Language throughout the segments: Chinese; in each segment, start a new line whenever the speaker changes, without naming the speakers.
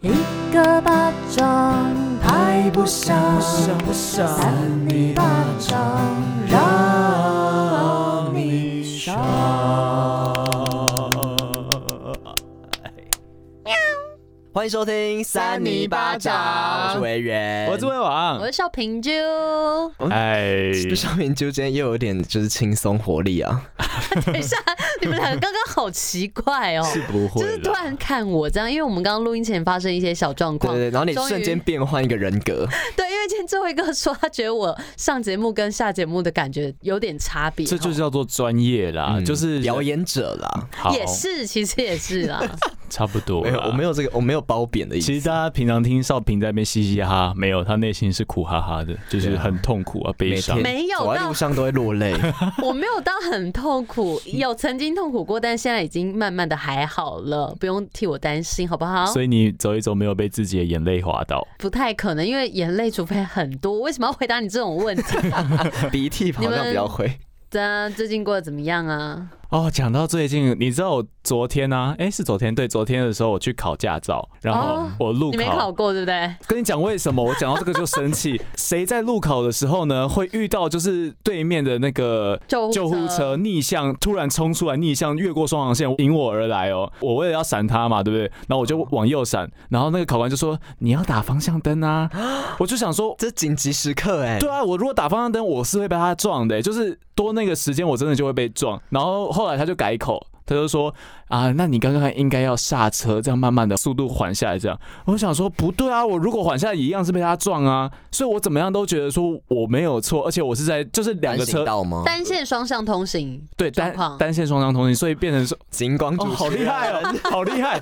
一个巴掌拍不响，三你巴掌让你爽。嗯
欢迎收听
三尼巴掌
我是维园，
我是魏
我
王，
是小 平啾，
哎，
是少明珠，今天又有点就是轻松活力啊，
等一下，你们两个刚刚好奇怪哦，
不会
就是突然看我这样，因为我们刚刚录音前发生一些小状
对
况，
对，对然后你
终于
瞬间变换一个人格，
对，因为今天最后一个说他觉得我上节目跟下节目的感觉有点差别哦，
这就叫做专业啦，
嗯
就是
表演者啦。
好
也是，其实也是 啦。
差不多。
没有，我没
有。
有这个，我没有褒贬的意思
啊其。实大家平常听少平在那边嘻嘻哈哈，没有，他内心是苦哈哈的，就是很痛苦啊，悲
每
伤
天。
没有
走在
到
路上都会 落泪。
我没有到很痛苦，有曾经痛苦过，但现在已经慢慢的还好了，不用替我担心，好不好？
所以你走一走，没有被自己的眼泪滑倒。
不太可能，因为眼泪除非很多。为什么要回答你这种问题？
鼻涕好像比较会。
大家最近过得怎么样啊？
哦，讲到最近，你知道我昨天啊，哎、是昨天对，昨天的时候我去考驾照，然后
哦
我路
你没考过对不对？
跟你讲为什么我讲到这个就生 气？谁在路考的时候呢，会遇到就是对面的那个
救护车
救护车逆向突然冲出来，逆向越过双黄线迎我而来哦。我为了要闪他嘛，对不对？然后我就往右闪，然后那个考官就说你要打方向灯啊。我就想说，
这紧急时刻哎、
对啊，我如果打方向灯，我是会被他撞的、欸就是多那个时间，我真的就会被撞。然后后来他就改口，他就说啊，那你刚刚应该要刹车，这样慢慢的速度缓下来，这样。我想说不对啊，我如果缓下来一样是被他撞啊，所以我怎么样都觉得说我没有错，而且我是在就是两个
单行
车
道吗？
单线双向通行，
对
状
单
况
单线双向通行，所以变成说
荧光主
哦
持人
好厉害哦， 好厉害，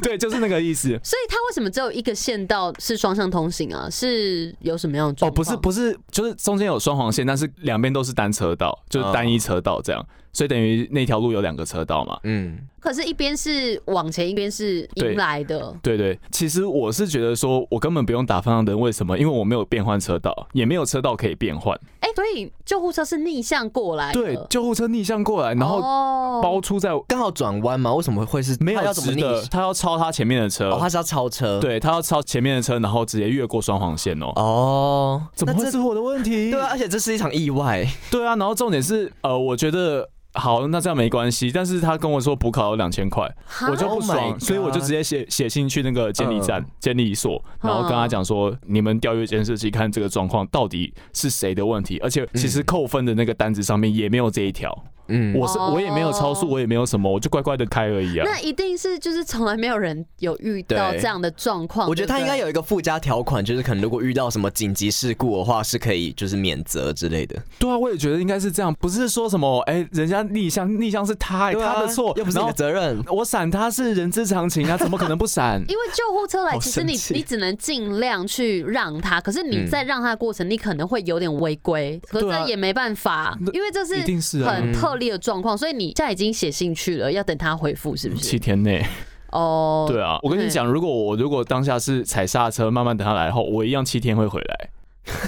对，就是那个意思。
所以它为什么只有一个线道是双向通行啊？是有什么样的
哦，
状
不
况？
是不是，就是中间有双黄线，但是两边都是单车道，
嗯
就是单一车道这样，所以等于那条路有两个车道嘛。
嗯，
可是一边是往前，一边是
对
迎来的。
对对，其实我是觉得说，我根本不用打方向灯，为什么？因为我没有变换车道，也没有车道可以变换。
哎、所以救护车是逆向过
哎
来的。
对，救护车逆向过来，然后
哦
包出在
刚好转弯嘛，为什么会是
没
他
有
要怎么
直
逆
的，
行？
他要超他前面的车
哦，，他是要超车。
对他要超前面的车，然后直接越过双黄线哦。
哦，
怎么
那
会
这
是我的问题？
对啊，而且这是一场意外，
对啊，然后重点是，呃，我觉得好，那这样没关系。但是他跟我说补考有两千块，
哈
我就不
Oh my
爽，
God
所以我就直接写写信去那个监理站
嗯、
监理所，然后跟他讲说，你们调阅监视器看这个状况到底是谁的问题，而且其实扣分的那个单子上面也没有这一条，
嗯，
我是我也没有超速，
哦
我也没有什么，我就乖乖的开而已啊。
那一定是就是从来没有人有遇到
对
这样的状况。
我觉得他
对
应
不对
该有一个附加条款，就是可能如果遇到什么紧急事故的话，是可以就是免责之类的。
对啊，我也觉得应该是这样，不是说什么哎，人家逆向逆向是他、哎
对啊
他的错，
又不是
然
你
后
的 责任。
我闪他是人之常情啊，怎么可能不闪？
因为救护车来，
好
其实你
生气
你只能尽量去让他，可是你
嗯
在让他的过程，你可能会有点违规，可是
对啊
这也没办法，因为这
一定是啊
很特例的状况，所以你现在已经写信去了，要等他回复是不
七
是？
天内，
哦，
嗯对啊，我跟你讲，如果我如果当下是踩刹车，慢慢等他来后，我一样七天会回来。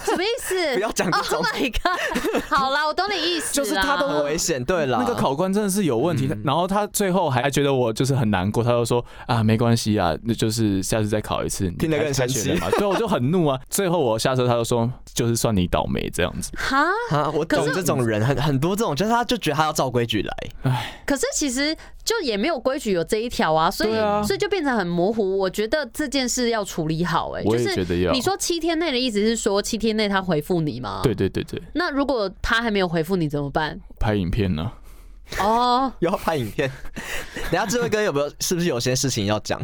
什么意 思？
不要讲这
Oh
种
my god！好啦，我懂你意思啦，
就是他都
很危险，对啦，
那个考官真的是有问题，
嗯
然后他最后还哎觉得我就是很难过，他就说啊，没关系啊，那就是下次再考一次，你
听得
还还
更生
学了
气
嘛。对，我就很怒啊。最后我下车，他就说就是算你倒霉这样子。
哈。
啊，我
可
懂
是
这种人，很很多这种，就是他就觉得他要照规矩来，
可是其实就也没有规矩有这一条啊，所以、
对啊
所以就变成很模糊。我觉得这件事要处理好、哎，
我
就
也觉
是
得要。
你说七天内的意思是说七天内他回复你吗？
对。对对对，
那如果他还没有回复你怎么办？
拍影片呢？
哦，
又要拍影片。 等下智慧哥有没有是不是有些事情要讲？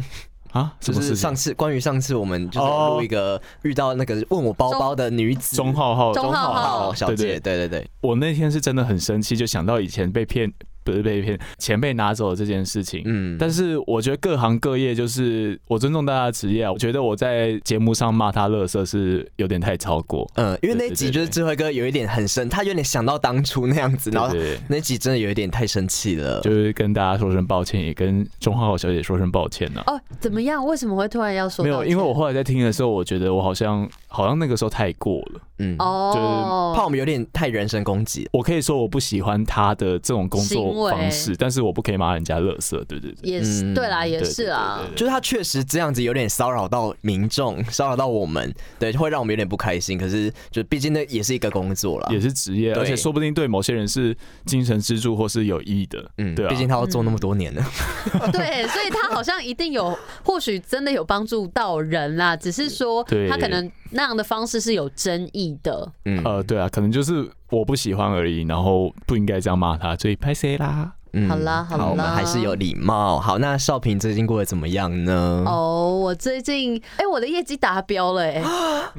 啊，什
就
么
是
事
上
情？
次关于上次我们就是有录一个遇到那个问我包包的女子
钟浩浩，
钟浩浩
浩
哦
小姐，对对对，
我那天是真的很生气，就想到以前被骗，不是被骗，钱被拿走的这件事情。
嗯，
但是我觉得各行各业，就是我尊重大家的职业啊。我觉得我在节目上骂他乐色是有点太超过。
嗯，因为那集就
对对
是
对对
智慧哥有一点很生，他有点想到当初那样子，然后
对对对
那集真的有一点太生气
呃
了
就。是跟大家说声抱歉，也跟钟浩浩小姐说声抱歉呢、啊
哦，怎么样？为什么会突然要说
没
道歉？
有，因为我后来在听的时候，我觉得我好像好像那个时候太过了。
嗯，
哦，
怕我们有点太人身攻击。
我可以说我不喜欢他的这种工
行
作
为
方式，但是我不可以骂人家垃圾。对对对，
也是
嗯
对啦，也
对
是啦，
对对对对
就是他确实这样子有点骚扰到民众，骚扰到我们，对，会让我们有点不开心。可是，就毕竟那也是一个工作
啊
啦，
也是职业，
对
而且说不定对某些人是精神支柱或是有意义的。
嗯，
对啊
毕竟他要做那么多年了。
对，所以他好像一定有，或许真的有帮助到人啦，只是说
对
他可能那样的方式是有争议的。
嗯
呃，对啊，可能就是我不喜欢而已，然后不应该这样骂他，所以拍谁啦？
嗯
好啦好
好，我们
啦
还是有礼貌。好，那少平最近过得怎么样呢？
哦，我最近哎、我的业绩达标了哎、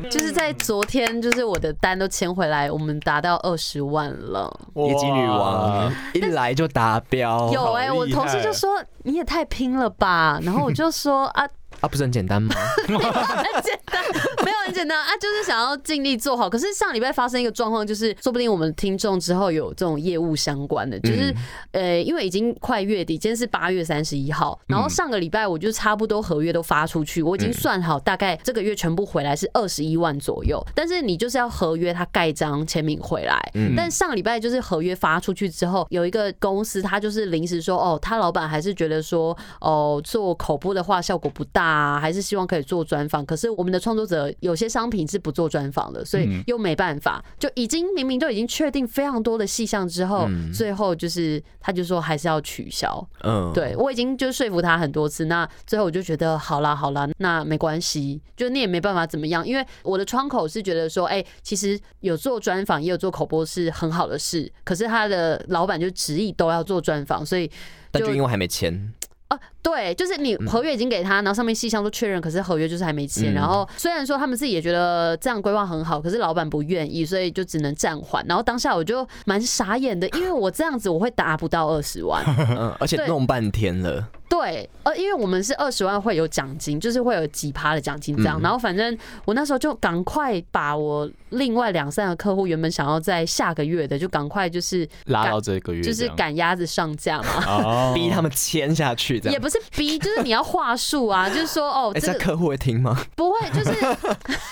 就是在昨天，就是我的单都签回来，我们达到二十万了。
业绩女王啊
哇，
一来就达标，
有哎、
哦好
我
厉
同事
害
就说你也太拼 了吧，然后我就说啊，
啊，不是很简单吗？
很简单，没有很简单啊，就是想要尽力做好。可是上礼拜发生一个状况，就是说不定我们听众之后有这种业务相关的，就是、
嗯
呃，因为已经快月底，今天是八月三十一号，然后上个礼拜我就差不多合约都发出去，我已
嗯
经算好大概这个月全部回来是二十一万左右，但是你就是要合约他盖章签名回来，但上礼拜就是合约发出去之后，有一个公司他就是临时说，哦，他老板还是觉得说，哦，做口播的话效果不大、啊，还是希望可以做专访。可是我们的创作者有些商品是不做专访的，所以又没办法，就已经明明就已经确定非常多的细项之后，最后就是他就说还是要取消。
嗯，
对我已经就说服他很多次，那最后我就觉得好啦好啦，那没关系，就你也没办法怎么样，因为呃我的窗口是觉得说，哎、其实有做专访也有做口播是很好的事，可是他的老板就执意都要做专访，所以
但就
就
因为还没签，
哦，对，就是你合约已经给他，然后上面细项都确认，可是合约就是还没签。
嗯
然后虽然说他们自己也觉得这样规划很好，可是老板不愿意，所以就只能暂缓。然后当下我就蛮傻眼的，因为我这样子我会达不到二十万。
嗯，而且
对
弄半天了，
对，呃，因为我们是二十万会有奖金，就是会有几趴的奖金这样。
嗯
然后反正我那时候就赶快把我另外两三个客户原本想要在下个月的，就赶快就是
拉到这个月这
就
样，
是赶鸭子上架嘛，
哦
逼他们签下去， 这
也
样。
不是逼，就是你要话术啊，就是说哦，
哎，
这
这
个
客户会听吗？
不会，就是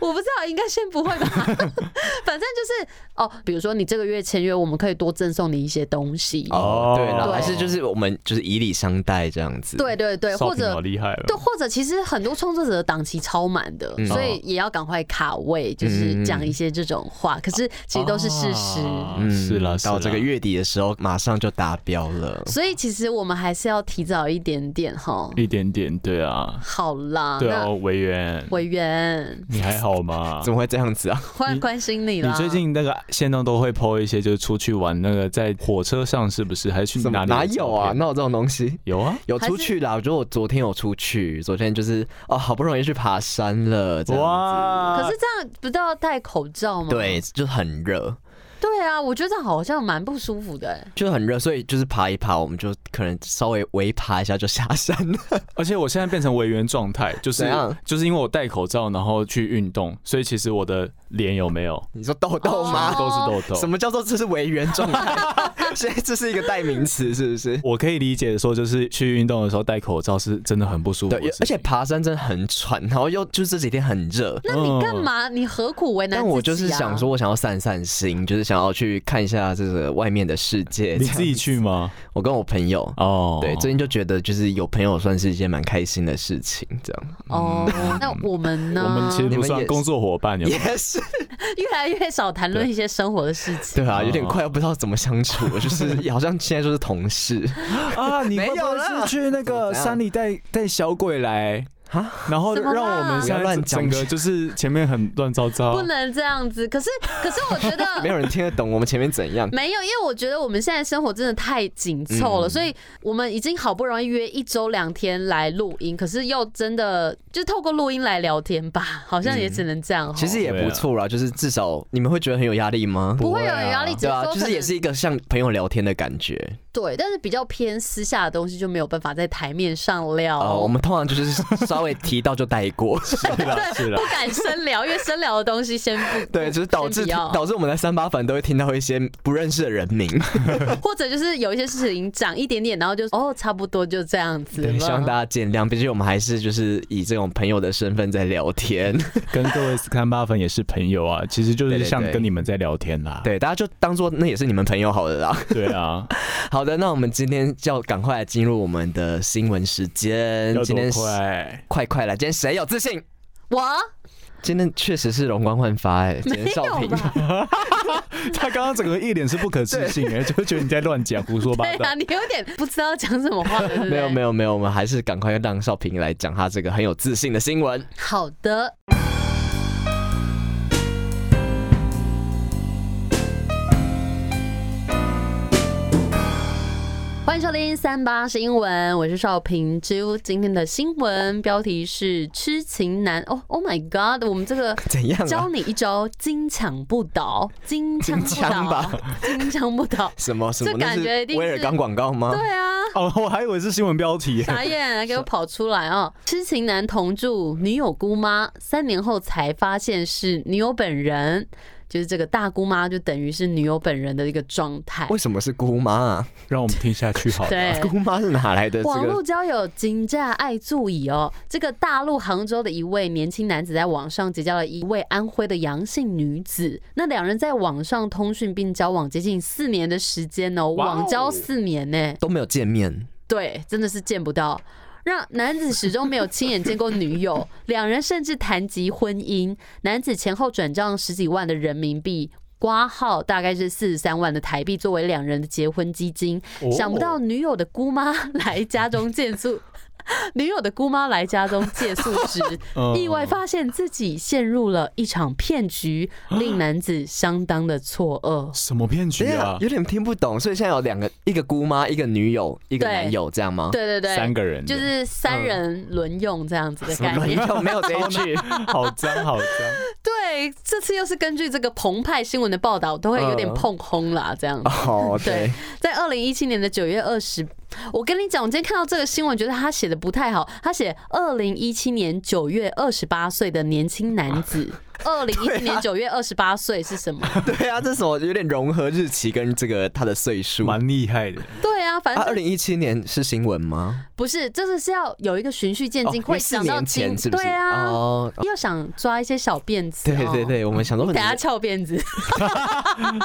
我不知道，应该先不会吧。 反正就是哦，比如说你这个月签约，我们可以多赠送你一些东西。
哦
对啦，
对
还是就是我们就是以礼相待这样子。
对对对，
少
或
平好
者。
厉害哦了，
对，或者其实很多创作者的档期超满的，
嗯
所以也要赶快卡位，就是讲一些这种话。可是其实都是事实，
啊是啦，
嗯到
是
这
啦
个月底的时候，马上就达标了。
所以其实我们还是要提早一点点哈。
一点点，对啊，
好啦，
嗯对啊，委员
那，委员
你还好 吗？
怎么会这样子啊？
忽然关心你
你
啦。
最近那个现在都会 PO 一些，就是出去玩那个在火车上是不是？还 是去
怎么
哪里？
哪有啊？？哪有这种东西？
有啊，
有出去啦，我觉得我昨天有出去，昨天就是哦，好不容易去爬山了，这样子。
哇！
可是这样不都要戴口罩吗？
对，就很热，
对啊，我觉得这样好像蛮不舒服的、欸。
就很热，所以就是爬一爬，我们就可能稍微微爬一下就下山 了。
而且我现在变成委员状态，就是
怎样
就是因为我戴口罩，然后去运动，所以其实我的脸有没有
你说痘痘
啊
吗？
都哦是痘痘。
什么叫做这是为原状态？ 现在这是一个代名词，是不是？
我可以理解说，就是去运动的时候戴口罩是真的很不舒服
对
的事，情，
而且爬山真的很喘，然后又就是这几天很热。
那你干
嗯
嘛？你何苦为难、
但
自
我
己
就是
啊
想说，，我想要散散心，就是想要去看一下这个外面的世界。
你
这样
自己去吗？
我跟我朋友，
哦，
对，最近就觉得就是有朋友算是一件蛮开心的事情，这样
哦，那我们呢？
嗯 我们其实
啊你
不
们
算
也
工作伙伴，有没有
也 是
越来越少谈论一些生活的事情。
对
哦
啊，有点快要不知道怎么相处了，就是好像现在就是同 事，
啊？你
没
会不
有
会
啦
是去那
么
个
怎样
山里带带小鬼来
啊？
然后
怎么
让我
啦
们现
不要
在
乱讲
整个就是前面很乱糟糟，
不能这样 子。可是，可是我觉得
哦没有人听得懂我们前面怎样。
没有，因为我觉得我们现在生活真的太紧凑了，
嗯
所以我们已经好不容易约一周两天来录音，可是又真的就透过录音来聊天吧，好像也只能这样齁。
嗯其实也不错啦，就是至少你们会觉得很有压力吗？
不会有人压力，只
对
是
啊，
说
就
可
是也
能
是一个像朋友聊天的感觉
对，但是比较偏私下的东西就没有办法在台面上聊。
呃哦啊、我们通常就是稍稍微提到就带过，
是啦是啦
不，敢深聊，因为深聊的东西先不
对，就是导致
先不要
导致我们在三八粉都会听到一些不认识的人 名，
或者就是有一些事情长一点点，然后就哦，差不多就这样子
对，希望大家
了。
见谅，毕竟我们还是就是以这种朋友的身份在聊 天，
跟各位三八粉也是朋友啊，其实就
对
是
对
像
对
跟你们在聊天啦。
对，大家就当做那也是你们朋友好了啦。
对啊，
好的，那我们今天就要赶快来进入我们的新闻时间
要，
今
多
天是
快？
快快来，今天谁有自信？
我
今天确实是容光焕发哎、今
没
天少
有
平。
吧？
他刚刚整个一脸是不可置信哎，就觉得你在乱讲胡说八
对
道
啊，。你有点不知道讲什 么话了，对不对
没有没有没有，我们还是赶快让少平来讲他这个很有自信的新闻。
好的，欢迎收听三八新闻，我是少平之。今天的新闻标题是“痴情男”哦，Oh my God！我们这个
怎样
教
啊？
你一招金抢不倒，金抢不
金枪
倒
吧，。
金抢不倒
什么什么？
这
那
感
是
觉一定是
威尔刚广告吗？
对啊，
哦，我还以为是新闻标题欸。
傻眼，给我跑出 来啊、痴情男同住女友姑妈，三年后才发现是女友本人，就是这个大姑妈，就等于是女友本人的一个状态
为。什么是姑妈、啊？
让我们听下去好了。
对，啊
姑妈是哪来的这
网络
个？
交友金价爱注意哦！这个大陆杭州的一位年轻男子在网上结交了一位安徽的杨姓女子，那两人在网上通讯并交往接近四年的时间哦，
哇哦
网交四年呢、
都没有见面，
对，真的是见不到。让男子始终没有亲眼见过 女友，两人甚至谈及婚姻。男子前后转账十几万的人民币。挂号大概是四十三万的台币作为两人的结婚基金，
哦
想不到女友的姑妈来家中借宿， 女友的姑妈来家中借宿时，
嗯
意外发现自己陷入了一场骗局，令男子相当的错愕。
什么骗局
等一下
啊？
有点听不懂。所以现在有两个，一个姑妈，一个女友，一个
对
男友，这样 吗？
对对对，
三个人的
就是三
嗯
人轮用这样子的
什么
概
乱
念。
用？没有这一句。
好脏好 脏。
对，这次又是根据这个澎湃新闻的报道，都会有点
嗯
碰轰啦，这样。
哦，
对
对，，
在二零一七年的九月二十，我跟你讲，我今天看到这个新闻，觉得他写的不太好。他写二零一七年九月二十八岁的年轻男子，二零一七年九月二十八岁是什么？
对啊，这什么有点融合日期跟这个他的岁数。啊，
蛮厉害的，
对啊，反
二
正
零一七年是新闻吗？
不是，这个是要有一个循序渐进，
哦因
会
为四
想到
年
今
前是不是？
对啊，
哦，
要想抓一些小辫子。
对对，对，我们想说，
等下翘辫子。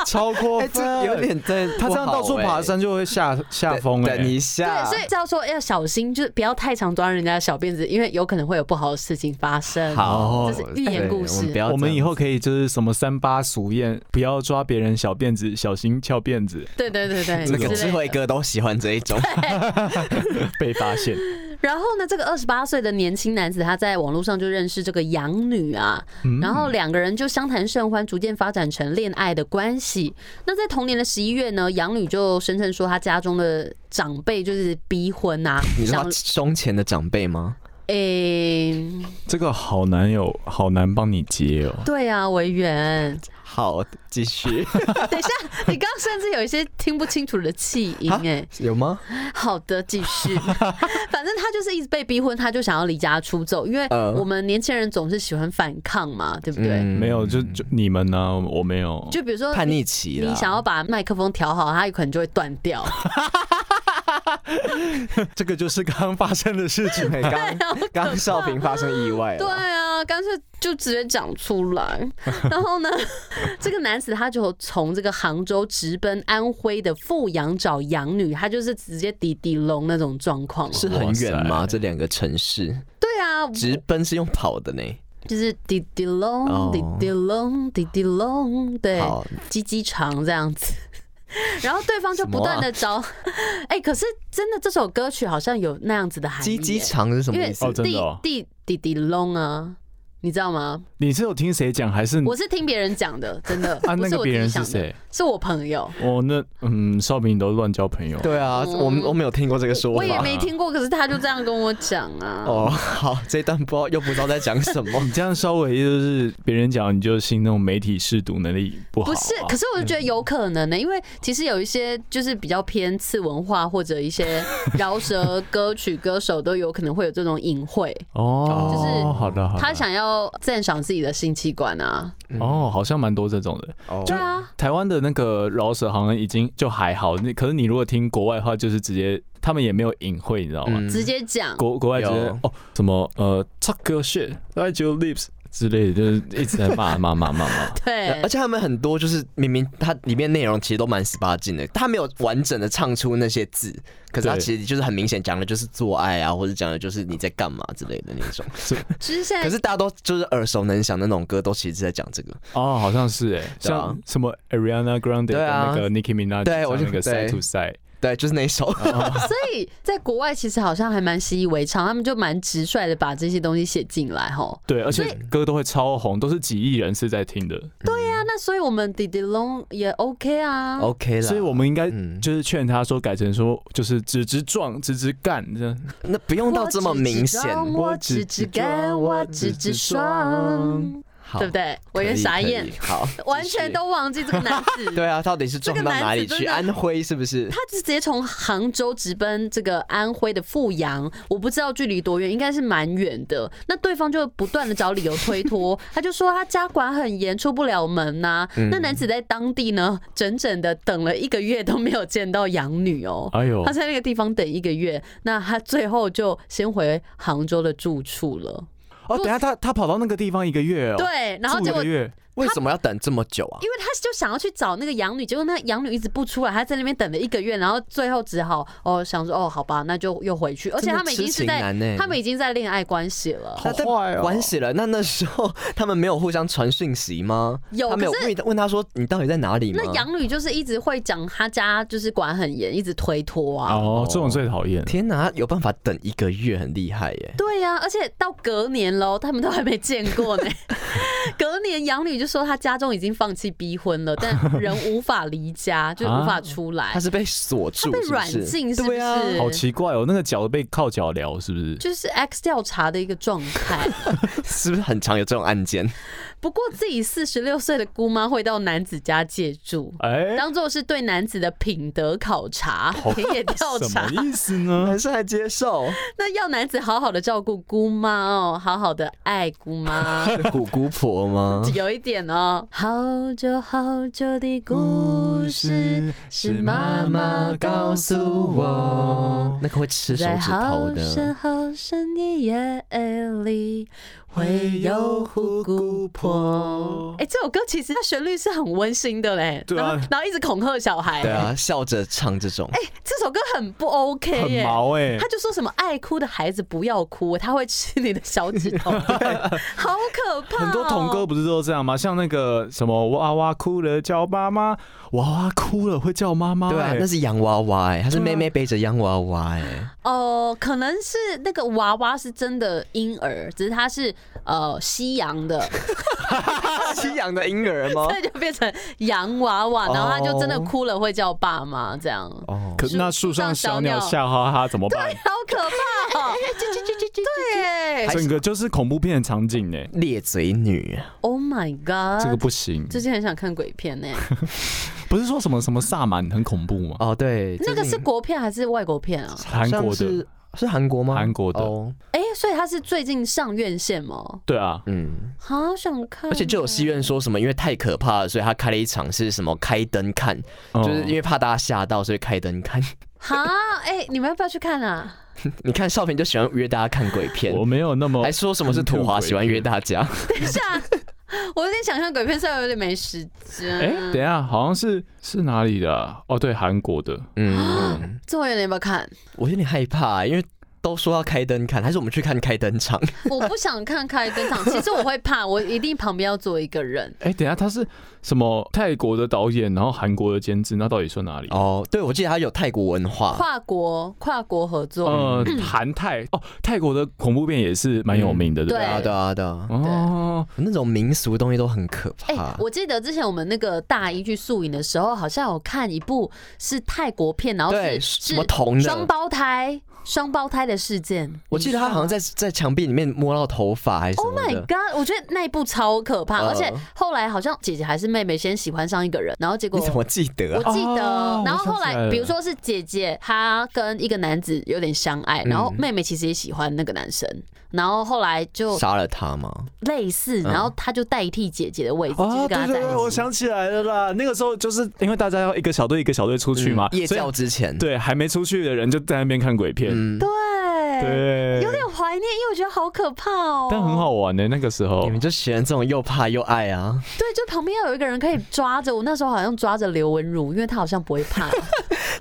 超过
哎，这有点在
他这样到处爬山就会下下风哎、
等一下，
对，所以叫说要小心，就是不要太常抓人家的小辫子，因为有可能会有不好的事情发生。
好，
这是寓
对
言故事
我们不要
我们以
后
后可以就是什么三八俗谚，不要抓别人小辫子，小心翘辫 子
对对对对，
那个
之类
智慧
的。
哥都喜欢这一种，
被发现。
然后呢，这个二十八岁的年轻男子，他在网络上就认识这个养女啊，
嗯
然后两个人就相谈甚欢，逐渐发展成恋爱的关系。那在同年的十一月呢，养女就声称说她家中的长辈就是逼婚啊，
你说
想
他胸前的长辈吗？
诶、
这个好难有，好难帮你接哦。
对啊，维园，
好，继续
等一下，你刚刚甚至有一些听不清楚的气音
啊
诶。
有吗？
好的，继 续。反正他就是一直被逼婚，他就想要离家出走，因为
呃
我们年轻人总是喜欢反抗嘛，对不对？
嗯
没有，就就你们呢？我没有。
就比如说
叛逆期
你
啦，
想要把麦克风调好，它有可能就会断 掉。
这个就是刚刚发生的事情
对刚刚少平发生意外了，
啊对啊，干脆就直接讲 出来。然后呢， 这个男子他就从这个杭州直奔安徽的阜阳找养女，他就是直接抵抵龙那种状况哦。
是很远
哇
吗？
塞
这两个城市
对啊，
直奔是用跑的呢。
就是滴滴隆
哦
滴滴隆滴滴隆，对
好，
鸡鸡肠这样子。然后对方
啊
就不断的找，哎、可是真的这首歌曲好像有那样子的含义耶，
鸡鸡肠是什
因
么
为
意思
哦？真的
地
哦
地滴滴隆啊，你知道吗？
你是有听谁讲还是
我是听别人讲的，真的。
啊？
不
那
是
个
我
别
自己
人
想
是
的？
谁？
是我朋友，
哦，那嗯，少平你都乱交朋友。
对啊，我们我没有听过这个说
嗯我也
法。
没听过，可是他就这样跟我讲啊。
哦，好，这一段不知道又不知道在讲什么。
你这样稍微就是别人讲，你就心那种媒体试读能力不好、啊。
不是，可是我
嗯
就觉得有可能呢、因为其实有一些就是比较偏次文化或者 一些饶舌歌曲歌手都有可能会有这种隐晦，
哦，
就是
好的好的。
他想要赞赏自己的性器官啊。
哦，好像蛮多这种的。
嗯哦
对啊，
台湾的那个饶舌好像已经就还好，那可是你如果听国外的话，就是直接他们也没有隐晦，你知道吗？
嗯
直接讲。
国国外直接
有
哦什么呃 tuck your shit at your lips 之类的，就是一直在骂骂骂骂 骂。
对
呃而，且他们很多就是明明它里面内容其实都蛮十八禁的，他没有完整的唱出那些字，可是他
对
其实就是很明显讲的就是做爱啊，或者讲的就是你在干嘛之类的那种。
其实现
可
在
是大家都就是耳熟能详的那种歌，都其实是在讲这个。
哦，好像是哎、
对啊
像什么 Ariana Grande 跟
对啊
那个 Nicki Minaj
对我
唱
就
那个
对
Side to Side，
对，就是那一首。
哦
所以在国外其实好像还蛮习以为常，他们就蛮直率的把这些东西写进来吼。
对，而且歌都会超红，都是几亿人是在听的，
对
嗯
啊，那所以我们弟弟龙也 OK 啊。
OK 了，
所以我们应该
嗯
就是劝他说改成说就是直直撞直直干这样。
那不用到这么明显，
我只知干，我只知爽，
好
对不？对？我有点傻眼
可以，。可以好，
完全都忘记这个男子。
对啊，到底是撞到哪里
这
去？
个男子真的
安徽是不是？
他直接从杭州直奔这个安徽的阜阳，我不知道距离多远，应该是蛮远的。那对方就不断的找理由推脱，他就说他家管很严，出不了门呐、那男子在当地呢，整整的等了一个月都没有见到养女 哦、
哎呦
他，在那个地方等一个月，那他最后就先回杭州的住处了。
哦，等一下他他跑到那个地方一个月哦，，
对，然后结
一
果
个月，
为什么要等这么久啊？
因为他就想要去找那个养女，结果那养女一直不出来，他在那边等了一个月，然后最后只好哦想说哦好吧，那就又回去，而且他们已经是
真的痴情
在
男欸
他们已经在恋爱关系了，
好坏哦
玩死了！那那时候 他们没有互相传讯息吗？
有
他没有
可是
问问他说你到底在哪里吗？
那养女就是一直会讲他家就是管很严，一直推脱啊。
哦，这种最讨厌。
天哪，有办法等一个月，很厉害耶！
对呀、而且到隔年喽，他们都还没见 过呢。隔年，养女就说她家中已经放弃逼婚了，但人无法离家，就无法出来
他，是被锁
她
住，
被
是不
软
是
禁，是不
对啊，
是？
好奇怪哦，那个脚被靠脚聊是不是？
就是 X 调查的一个状态。
是不是很常有这种案件？
不过自己四十六岁的姑妈会到男子家借住，
哎，
当做是对男子的品德考察、田野调
什
查。
么意思呢？
男生还接受
那要男子好好的照顾姑妈哦，好好的爱姑妈，
是姑姑婆吗？
有一点哦。好久好久的故事，是妈妈告诉我。
那个会吃手
在
指头
好深
的，
好深的夜里，会有虎姑婆。哎、这首歌其实它旋律是很温馨的嘞，
对啊
然后然后一直恐吓小孩，
对啊，笑着唱这种，
哎这首歌很不 OK
很
耶、
毛哎
他，就说什么爱哭的孩子不要哭，他会吃你的小指 头，好可怕、哦
很多童歌。不是都这样吗？像那个什么娃娃哭了叫妈妈，娃娃哭了会叫妈妈欸，
对啊，那是洋娃娃哎，他
嗯
是妹妹背着洋娃娃哎，
哦，可能是那个娃娃是真的婴儿，只是他是呃西 洋的，
西洋的婴儿 吗
所以就变成洋娃娃，
哦
然后他就真的哭了会叫爸妈这样，好
哦，
可那树上小鸟吓哈哈怎么办？
可怕哦！对
整个就是恐怖片的场景呢，
咧嘴女，
，Oh my
这个
God！
不行。
最近很想看鬼 片呢、
不是说什么什么萨满很恐怖吗？
哦对，
那个是国片还是外国片啊？
韩国
像
的
是，是韩国吗？
韩国的
哦，
哎、所以它是最近上院线吗？
对啊，
嗯，
好想看哦、
而且就有戏院说什么，因为太可怕了，所以他开了一场是什么开灯看，嗯就是因为怕大家吓到，所以开灯看。
哈，哎、你们要不要去看啊？
你看少平就喜欢约大家看鬼片
嗯。我没有那么
还说什么是土华喜欢约大家？
等一下， 我有点想看鬼片，虽然有点没时间。啊
哎，等一下，好像是是哪里的啊？哦，对，韩国的。
嗯，
这我有点要不要看？
我有点害怕，因为都说要开灯看，还是我们去看开灯场？
我不想看开灯场，其实我会怕，我一定旁边要坐一 个人。
哎、等一下他是什么泰国的导演，然后韩国的监制，那到底算哪里？
哦，对，我记得它有泰国文化，
跨国跨国合作，
嗯
呃，韩泰哦，泰国的恐怖片也是蛮有名的，对
对
吧？
啊，对啊，对啊，
哦，
那种民俗东西都很可
哎、
怕。
我记得之前我们那个大一去宿营的时候，好像有看一部是泰国片，然后
对
是
什
是
么铜的
双胞胎双胞胎的事件。
我记得他好像在在墙壁里面摸到头发还是什
啊 Oh
么
my
的。
god！我觉得那一部超可怕，
呃
而且后来好像姐姐还是妹妹先喜欢上一个人，然后结果
你怎么记得
我
啊？
记得，
哦
然后后
我想起来
来
了
比如说是姐姐她跟一个男子有点相爱，然后妹妹其实也喜欢那个男生，然后后来就
杀了他吗？
类似，然后她就代替姐姐的位置，就是
啊，
跟
对
她
对
在
对，
一
我
起。
想起来了啦。那个时候就是因为大家要一个小队一个小队出去嘛，
嗯夜
所以
教之前，
对还没出去的人就在那边看鬼片，
嗯，
对，
对，
有点怀念，因为我觉得好可怕哦。
但很好玩欸的、那个时候
你。们就喜欢这种又怕又爱啊。
对，就旁边要有一个人可以抓着我，那时候好像抓着刘文儒，因为他好像不会 怕。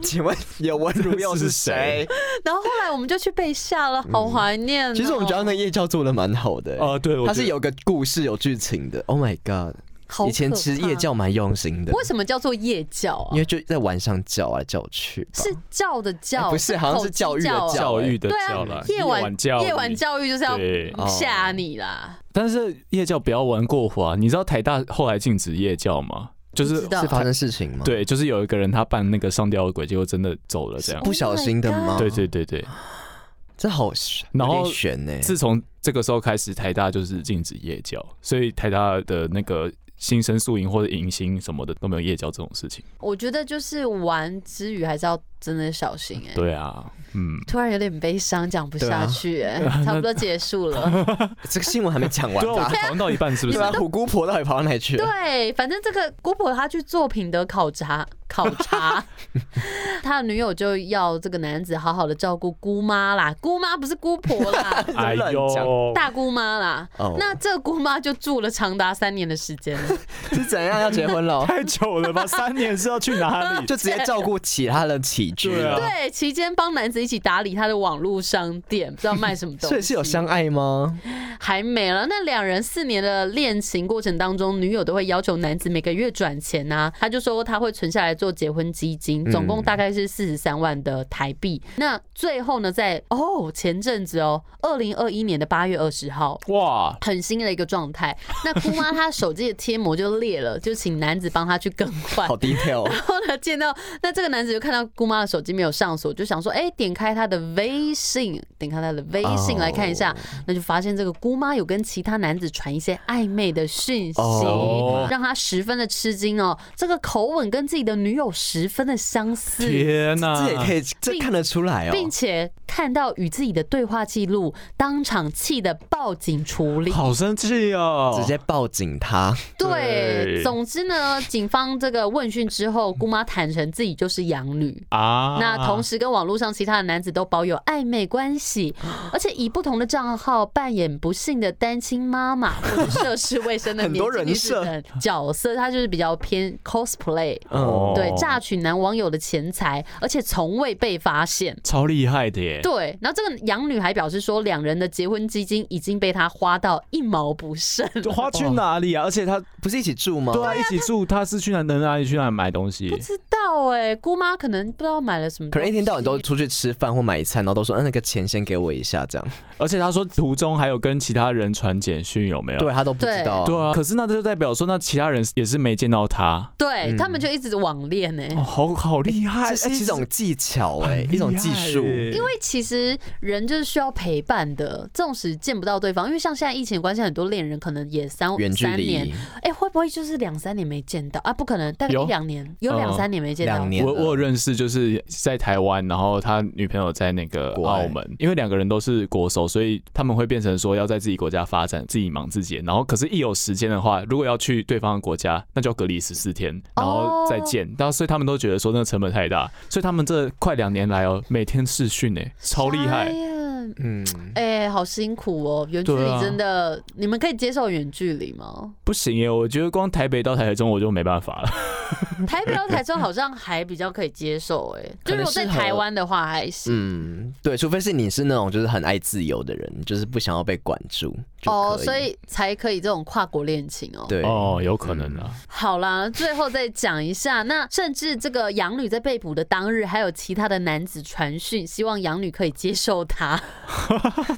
请问有文如又是谁？
然后后来我们就去被吓了，好怀念哦、
其实我们觉得那个夜教做的蛮好的、欸
啊，对，我
它是
觉得
有个故事有剧情的。Oh my god！
好
以前
可
其实
怕
夜教蛮用心的，
为什么叫做夜教啊
因？为就在晚上叫啊叫去吧。
是教的教，
哎不是好像是教
口技
育的
教啊
教
教育的
对
教
啊
啦，，
夜晚
教育
夜晚教育就是要
对
哦
吓你啦。
但是夜教不要玩过火啊！你知道台大后来禁止夜教吗？就是
不知道
是发生事情吗？，
对，就是有一个人他扮那个上吊鬼，结果真的走了这样。
不小心的
Oh
吗？
对对对对，
这好悬
然后
有点悬呢、
自从这个时候开始，台大就是禁止夜教，所以台大的那个新生宿营或者迎新什么的都没有夜教这种事情。
我觉得就是玩之余还是要真的小心哎、
对啊，嗯，
突然有点悲伤，讲不
对
下
啊
去哎、差不多结束了。
这个新闻还没讲完
对啊，我
吧？
讨论到一半是不
对
是？
吧？虎姑婆到底跑到哪里去了？
对，反正这个姑婆她去做品德考察，考察， 她的女友就要这个男子好好的照顾姑妈啦，姑妈不是姑婆 啦，
哎呦，
大姑妈啦。
哦
那这个姑妈就住了长达三年的时间了，
是怎样要结婚了？
太久了吧？三年是要去哪里？
就直接照顾起他的起居
对啊
了。
对，期间帮男子一起打理他的网络商店，不知道卖什么东 西，
所以是有相爱吗？
还没了。那两人四年的恋情过程当中，女友都会要求男子每个月转钱啊，他就说他会存下来做结婚基金，
嗯
总共大概是四十三万的台币。那最后呢，在哦前阵子哦，二零二一年的八月二十号。
哇，
很新的一个状态，那姑妈她手机的贴膜就裂了，就请男子帮她去更换
好。detail，
然后呢，见到那这个男子就看到姑妈的手机没有上锁，就想说，哎、点开他的微信，点开他的微信
哦
来看一下那就发现这个姑妈有跟其他男子传一些暧昧的讯息
哦
让他十分的吃惊哦。这个口吻跟自己的女友十分的相似。
天哪、
这也可以，这看得出来哦。
并且看到与自己的对话记录，当场气的报警处理。
好生气哦！
直接报警他，
对，
对
总之呢，警方这个问讯之后，姑妈坦诚自己就是养女，
啊，
那同时跟网络上其他的男子都保有暧昧关 系，而且以不同的账号扮演不幸的单亲妈妈或者涉世未 深的
很
年
多
轻
人
女子
设
等角色，她就是比较偏 cosplay，
啊哦
嗯，
对，榨取男网友的钱财，而且从未被发现。
超厉害的耶！
对，然后这个养女还表示说，两人的结婚基金已经被她花到一毛不剩。
花去哪里啊？而且他
不是一起住吗？
对啊，一起住，他是去哪能哪里去哪里买东西
不？知道哎、姑妈可能不知道买了什么
可
东西，
能一天到晚都出去吃饭或买菜，然后都说，嗯，那个钱先给我一下，这样。
而且他说途中还有跟其他人传简讯，有没有？
对他都不知道、
对，啊，可是那就代表说，那其他人也是没见到他，
对、
嗯
他们就一直网恋欸呢、
哦，好好厉害，
这是一种技巧哎、
哎
一种技术。
因为其实人就是需要陪伴的，纵使见不到对方，因为像现在疫情的关系，很多恋人可能也三
远距
三年
离，，
哎、会不会就是两三年没见到啊？不可能，大概
有
一两年，有两
嗯
三年没见到
两。年
我
了
我有认识，就是在台湾，然后他女朋友在那个
国外
澳门，因为两个人都是国手，所以他们会变成说要在自己国家发展，自己忙自己的。然后可是，一有时间的话，如果要去对方的国家，那就要隔离十四天，然后再见。然后所以他们都觉得说那个成本太大，所以他们这快两年来哦，每天视讯哎，超厉害
哎。呀
嗯，
哎、好辛苦哦，远距
对
离
啊
真的，你们可以接受远距离吗？
不行耶，我觉得光台北到台中我就没办法了。
台北到台中好像还比较可以接受、哎，
可
就
能
如果在
适合
台湾的话还行。
嗯，对，除非是你是那种就是很爱自由的人，就是不想要被管住就
哦，
可
所以才可以这种跨国恋情哦。
对，
哦，有可能啊。
好啦，最后再讲一下，那甚至这个养女在被捕的当日，还有其他的男子传讯，希望养女可以接受他。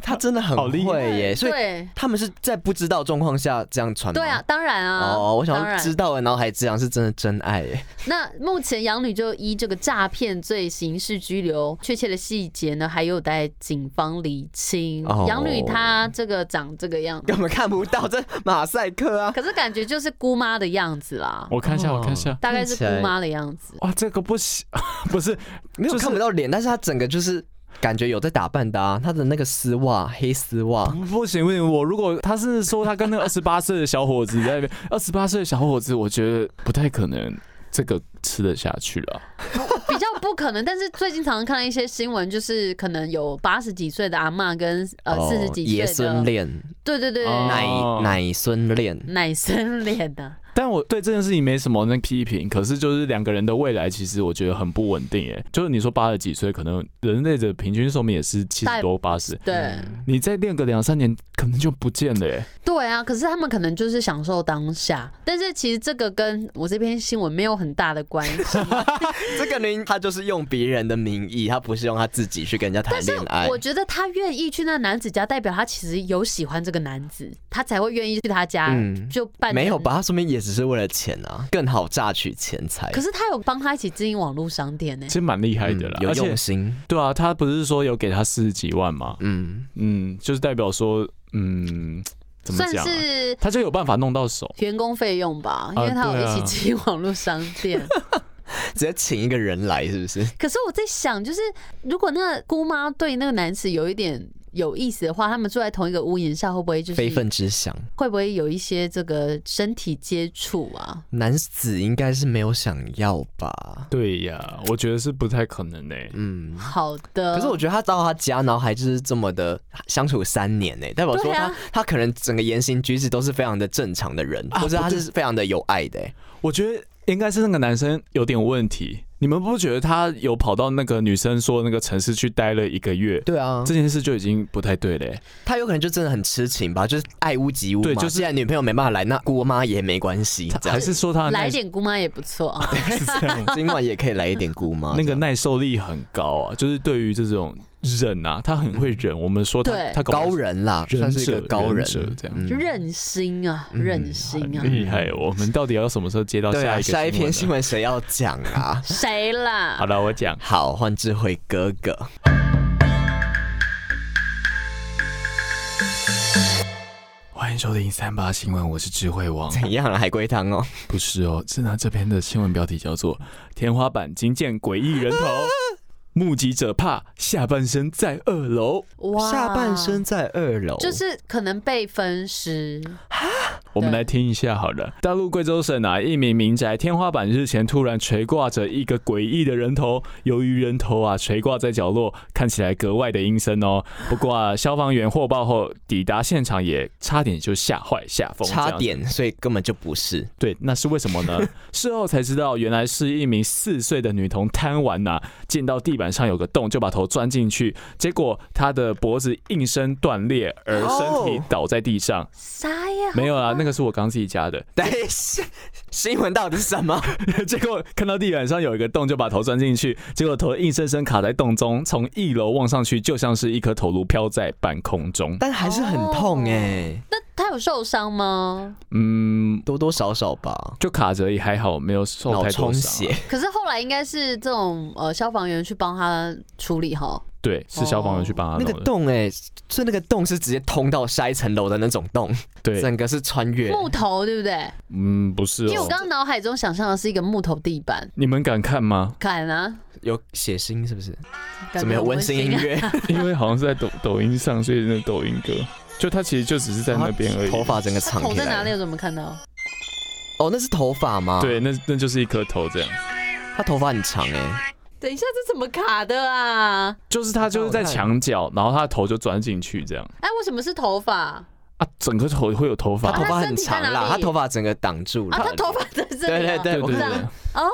他真的很
好厉害
会耶，所以
对
他们是在不知道状况下这样传吗
对啊，。当然啊。
哦，我想
当
要
然
知道了，然后还这样，是真的真 爱耶。
那目前养女就依这个诈骗罪刑事拘留，确切的细节呢还有待警方厘清
哦。
养、女她这个长这个 样子
根，本看不到这马赛克啊！
可是感觉就是姑妈的样子啦，
我看一下，我看一
哦
下。
大概
看
是
起来
姑妈的样子。
哇，这个不行， 不是
没有
就是
看不到脸，但是他整个就是感觉有在打扮的啊，他的那个丝袜，黑丝袜，
不行不行，我如果他是说他跟那个二十八岁的小伙子在那边， 二十八岁的小伙子，我觉得不太可能这个吃得下去啊了。
比较不可能，但是最近常常看到一些新闻，就是可能有八十几岁的阿嬷跟呃四十几
哦爷
岁的，
孙恋，
对对对，
哦
奶
哦
奶孙恋，
奶啊生脸的，
但我对这件事情没什么那批评，可是就是两个人的未来，其实我觉得很不稳定耶。就是你说八十几岁，可能人类的平均寿命也是七
大
十多八十，
对
你再练个两三年，可能就不见了耶。
对啊。可是他们可能就是享受当下，但是其实这个跟我这篇新闻没有很大的关 系。
这个呢，他就是用别人的名义，他不是用他自己去跟人家谈
但是
恋
哎
爱
我。觉得他愿意去那男子家，代表他其实有喜欢这个男子，他才会愿意去他家，
嗯
就办
没有吧？？他说明也只是为了钱啊，更好榨取钱财。
可是他有帮他一起经营网络商店呢、
其实蛮厉害
嗯
的啦，
有
而且
用心。
对啊，他不是说有给他四十几万吗？
嗯，
嗯，就是代表说，嗯，怎么
算
讲、啊？
是
他就有办法弄到手。
员工费用吧，因
啊
为他有
对啊
一起经营网络商店。
直接请一个人来，是不是？
可是我在想，就是如果那个姑妈对那个男子有一点有意思的话，他们住在同一个屋檐下，会不会就
非
是
分之想，
会不会有一些这个身体接触啊？
男子应该是没有想要吧？
对呀，我觉得是不太可能欸诶、
嗯。
好的，
可是我觉得他到他家，然后还就是这么的相处三年呢、代表说
对
他、
啊
他可能整个言行举止都是非常的正常的人，
啊
或者他
不对
是非常的有爱的、欸。
我觉得应该是那个男生有点问题。你们不觉得他有跑到那个女生说的那个城市去待了一个月？
对啊
这，件事就已经不太对嘞、欸
他有可能就真的很痴情吧，就是爱屋及乌嘛。
对就是
既然女朋友没办法来，那姑妈也没关系，这
他
样
还是说他的
来
耐
一点姑妈也不错 啊。
今晚也可以来一点姑妈。
那个耐受力很高啊？就是对于这种忍啊，他很会忍。我们说他
对
他搞不好
高人啦，
忍者
算是一个高人
忍者这样
嗯
任性啊，任性啊，？
厉害。哦我们到底要什么时候接到
对
下
啊，
一个
下一篇新
闻
闻谁要讲啊
谁
呢？
啦
好？了，我讲。
好，换智慧哥哥。
欢迎收听三八新闻，我是智慧 王。
怎样啊？海龟汤哦，
不是哦，是呢，这篇的新闻标题叫做《天花板惊见诡异人头》，目击者怕下半身在二楼。
哇
下半身在二楼，
就是可能被分尸，
我们来听一下好了。大陆贵州省啊，一名民宅天花板日前突然垂挂着一个诡异的人头，由于人头啊垂挂在角落，看起来格外的阴森哦。不过啊，消防员获报后抵达现场，也差点就吓坏吓疯，
差
这样子
点，所以根本就不是。
对，那是为什么呢？ 事后才知道，原来是一名四岁的女童贪玩呐、见到地板上有个洞就把头钻进去，结果她的脖子应声断裂，而身体
哦
倒在地上。
啥呀？
没有啊，那个是我刚自己加的。
等一下， 新闻到底是什么？
结果看到地板上有一个洞，就把头钻进去，结果头硬生生卡在洞中，从一楼望上去，就像是一颗头颅飘在半空中。
但还是很痛哎、
欸
那他有受伤吗？
嗯，
多多少少吧。
就卡着也还好，没有受
脑
太多
充
伤啊、
血，
可是后来应该是这种呃消防员去帮他处理哈。
对，是消防员去帮他
那
弄
个
的。
洞哎、所以那个洞是直接通到下一层楼的那种洞，
对，
整个是穿越。
木头，对不对？
嗯，不是、哦。
因为我刚刚脑海中想象的是一个木头地板。？
你们敢看吗
看啊，
有血腥是不是？
感
怎
觉
么有
很
温馨音
啊？
乐？
因为好像是在抖抖音上，所以那抖音歌，就他其实就只是在那边而已。
头发整个
他
藏
头
起
在哪
来
里？。我怎么看到？
哦，那是头发吗？，
对，那那就是一颗头这样。
他头发很长哎、
等一下，这怎么卡的啊？
就是他就是在墙角，然后他的头就钻进去这样
哎，为什么是头发啊？
啊，整个头会有头
他
发
啊
头
他
发
身
很
体在
长
哪
啦，他
里
头发整个挡住了。
啊他头发在这
对
里啊。
对对，
对
我
对
看
对
到，
哦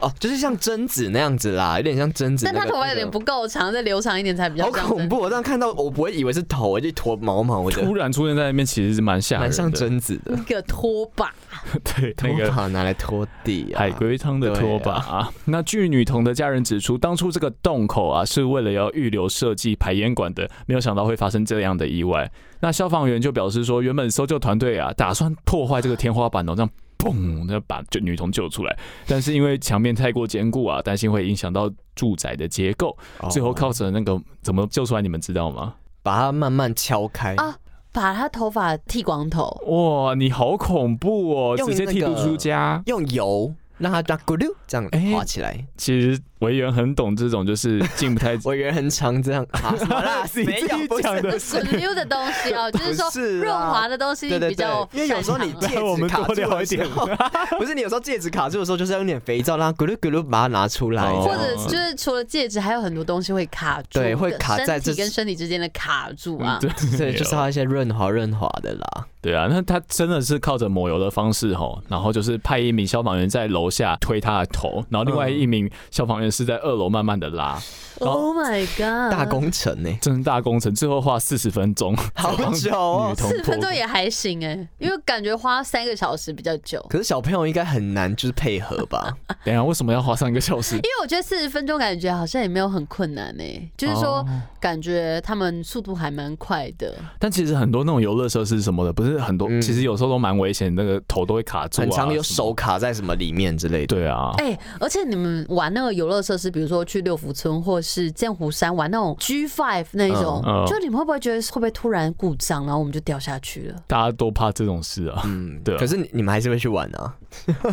哦，就是像贞子那样子啦，有点像贞子那
但
个。
他头发有点不够长，再留长一点才比
那
较
个，
像
好恐
真。
怖！我这样看到，我不会以为是头，我就一坨毛毛
突
的，
然出现在那边，其实是蛮吓
蛮
人
像
的。
贞子的。
一个拖把，
对，那
头
个
发拿来拖地啊，
海龟汤的拖把、啊。那据女童的家人指出，当初这个洞口啊是为了要预留设计排烟管的，没有想到会发生这样的意外。那消防员就表示说，原本搜救团队啊打算破坏这个天花板哦，这样。砰！那把就女童救出来，但是因为墙面太过坚固啊，担心会影响到住宅的结构，
哦
最后靠着那个怎么救出来，你们知道吗？
把它慢慢敲开
啊把他头发剃光头。
哇，你好恐怖哦！
用
直接剃
那
度
个
出家。
用油让它哒咕噜这样
哎
滑起来。
其实维园很懂这种，就是进 不太？
我以为很长这样啊，什么啦
自己
没有
自己
不是
讲的
滚溜的东西哦，就是说
不是啊
润滑的东西
对对
比较
对，因为有时候你
擅长
戒
啊
来我
指
们
卡
多
住
聊
的
一
时
点
候， 不是你有时候戒指卡住的时候，就是要用点肥皂让它咕噜咕噜把它拿出来，
哦
这
或
样
者就是除了戒指，还有很多东西会卡住，
对会卡在
身
这嗯
体跟身体之间的卡住啊。
嗯对
对，就是要一些润滑润滑的啦。
对啊，那他真的是靠着抹油的方式吼，然后就是派一名消防员在楼下推他的头，然后另外一名消防员是在二楼慢慢的拉，
Oh my
嗯
god！
大工程 呢，
真是大工程，最后花四十分钟，
好久
女
哦。
童
四分
脱
钟也还行哎、因为感觉花三个小时比较久。
可是小朋友应该很难就是配合吧？
等一下为什么要花三个小时
因？为我觉得四十分钟感觉好像也没有很困难呢、就是说
哦
感觉他们速度还蛮快的。
但其实很多那种游乐设施什么的，不是很多，
嗯
其实有时候都蛮危险，那个头都会卡住、啊，
很常有
什么
手。卡在什么里面之类的。
对啊，
哎、而且你们玩那个游乐设施，比如说去六福村或是剑湖山玩那种 G Five 那一种，
嗯嗯？
就你们会不会觉得会不会突然故障，然后我们就掉下去 了
大家都怕这种事啊。
嗯，
对啊
可是你你们还是会去玩啊？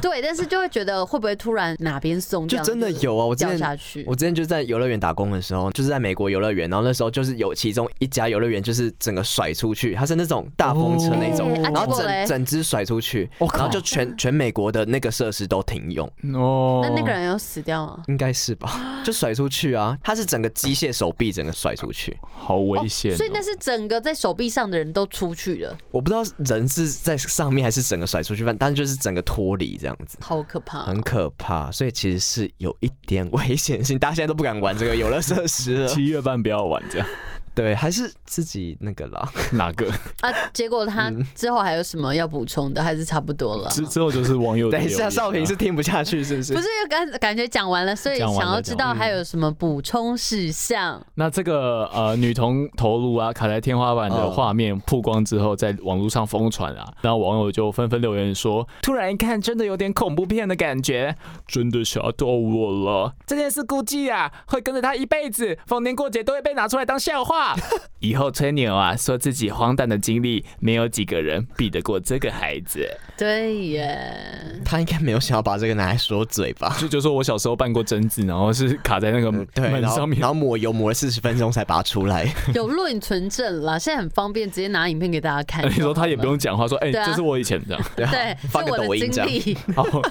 对，但是就会觉得会不会突然哪边松这
就
样，
真的有啊！我之
掉
前
下去
我。之前就在游乐园打工的时候，就是在美国游乐园，然后那时候就是有其中一家游乐园就是整个甩出去，它是那种大风车那种，
哦哎啊
然后
结果嘞
整整只甩出去，
我
然
靠
后就全全美国的那个设施都停用。
哦，
那那个人有死掉啊吗？
应该是 吧，就甩出去啊！它是整个机械手臂整个甩出去，
好危险哦、
所以那是整个在手臂上的人都出去了，
我不知道人是在上面还是整个甩出去，反但就是整个脱离这样子，
好可怕哦、
很可怕。所以其实是有一点危险性，大家现在都不敢玩这个游乐设施了。
七月半不要玩这样，
对，还是自己那个啦。
哪个？
啊！结果他之后还有什么要补充的？还是差不多了。
之之后就是网友的
等一
留言
下，
啊
少平是听不下去是不是？
不是感感觉讲完了，所以
讲
想
完了
要知道还有什么补充事项？
那这个呃女童头颅啊卡在天花板的画面曝光之后，在网络上疯传啊，然后网友就纷纷留言说，突然一看真的有点恐怖片的感觉，真的吓到我了。这件事估计啊会跟着她一辈子，逢年过节都会被拿出来当笑话。 以后吹牛啊，说自己荒诞的经历，没有几个人比得过这个孩子。
对耶，
他应该没有想要把这个拿来说嘴 吧？
就就说我小时候扮过贞子，然后是卡在那个
对，
门
然后
上面
然后抹油抹了四十分钟才拔出来，
有录影存证啦，现在很方便，直接拿影片给大家看就 好
你
了。
说他也不用讲话，说哎、
对啊
这是我以前这样。
对啊
对，
发
是
个
我
抖
的
音这
经
样，
历。
然后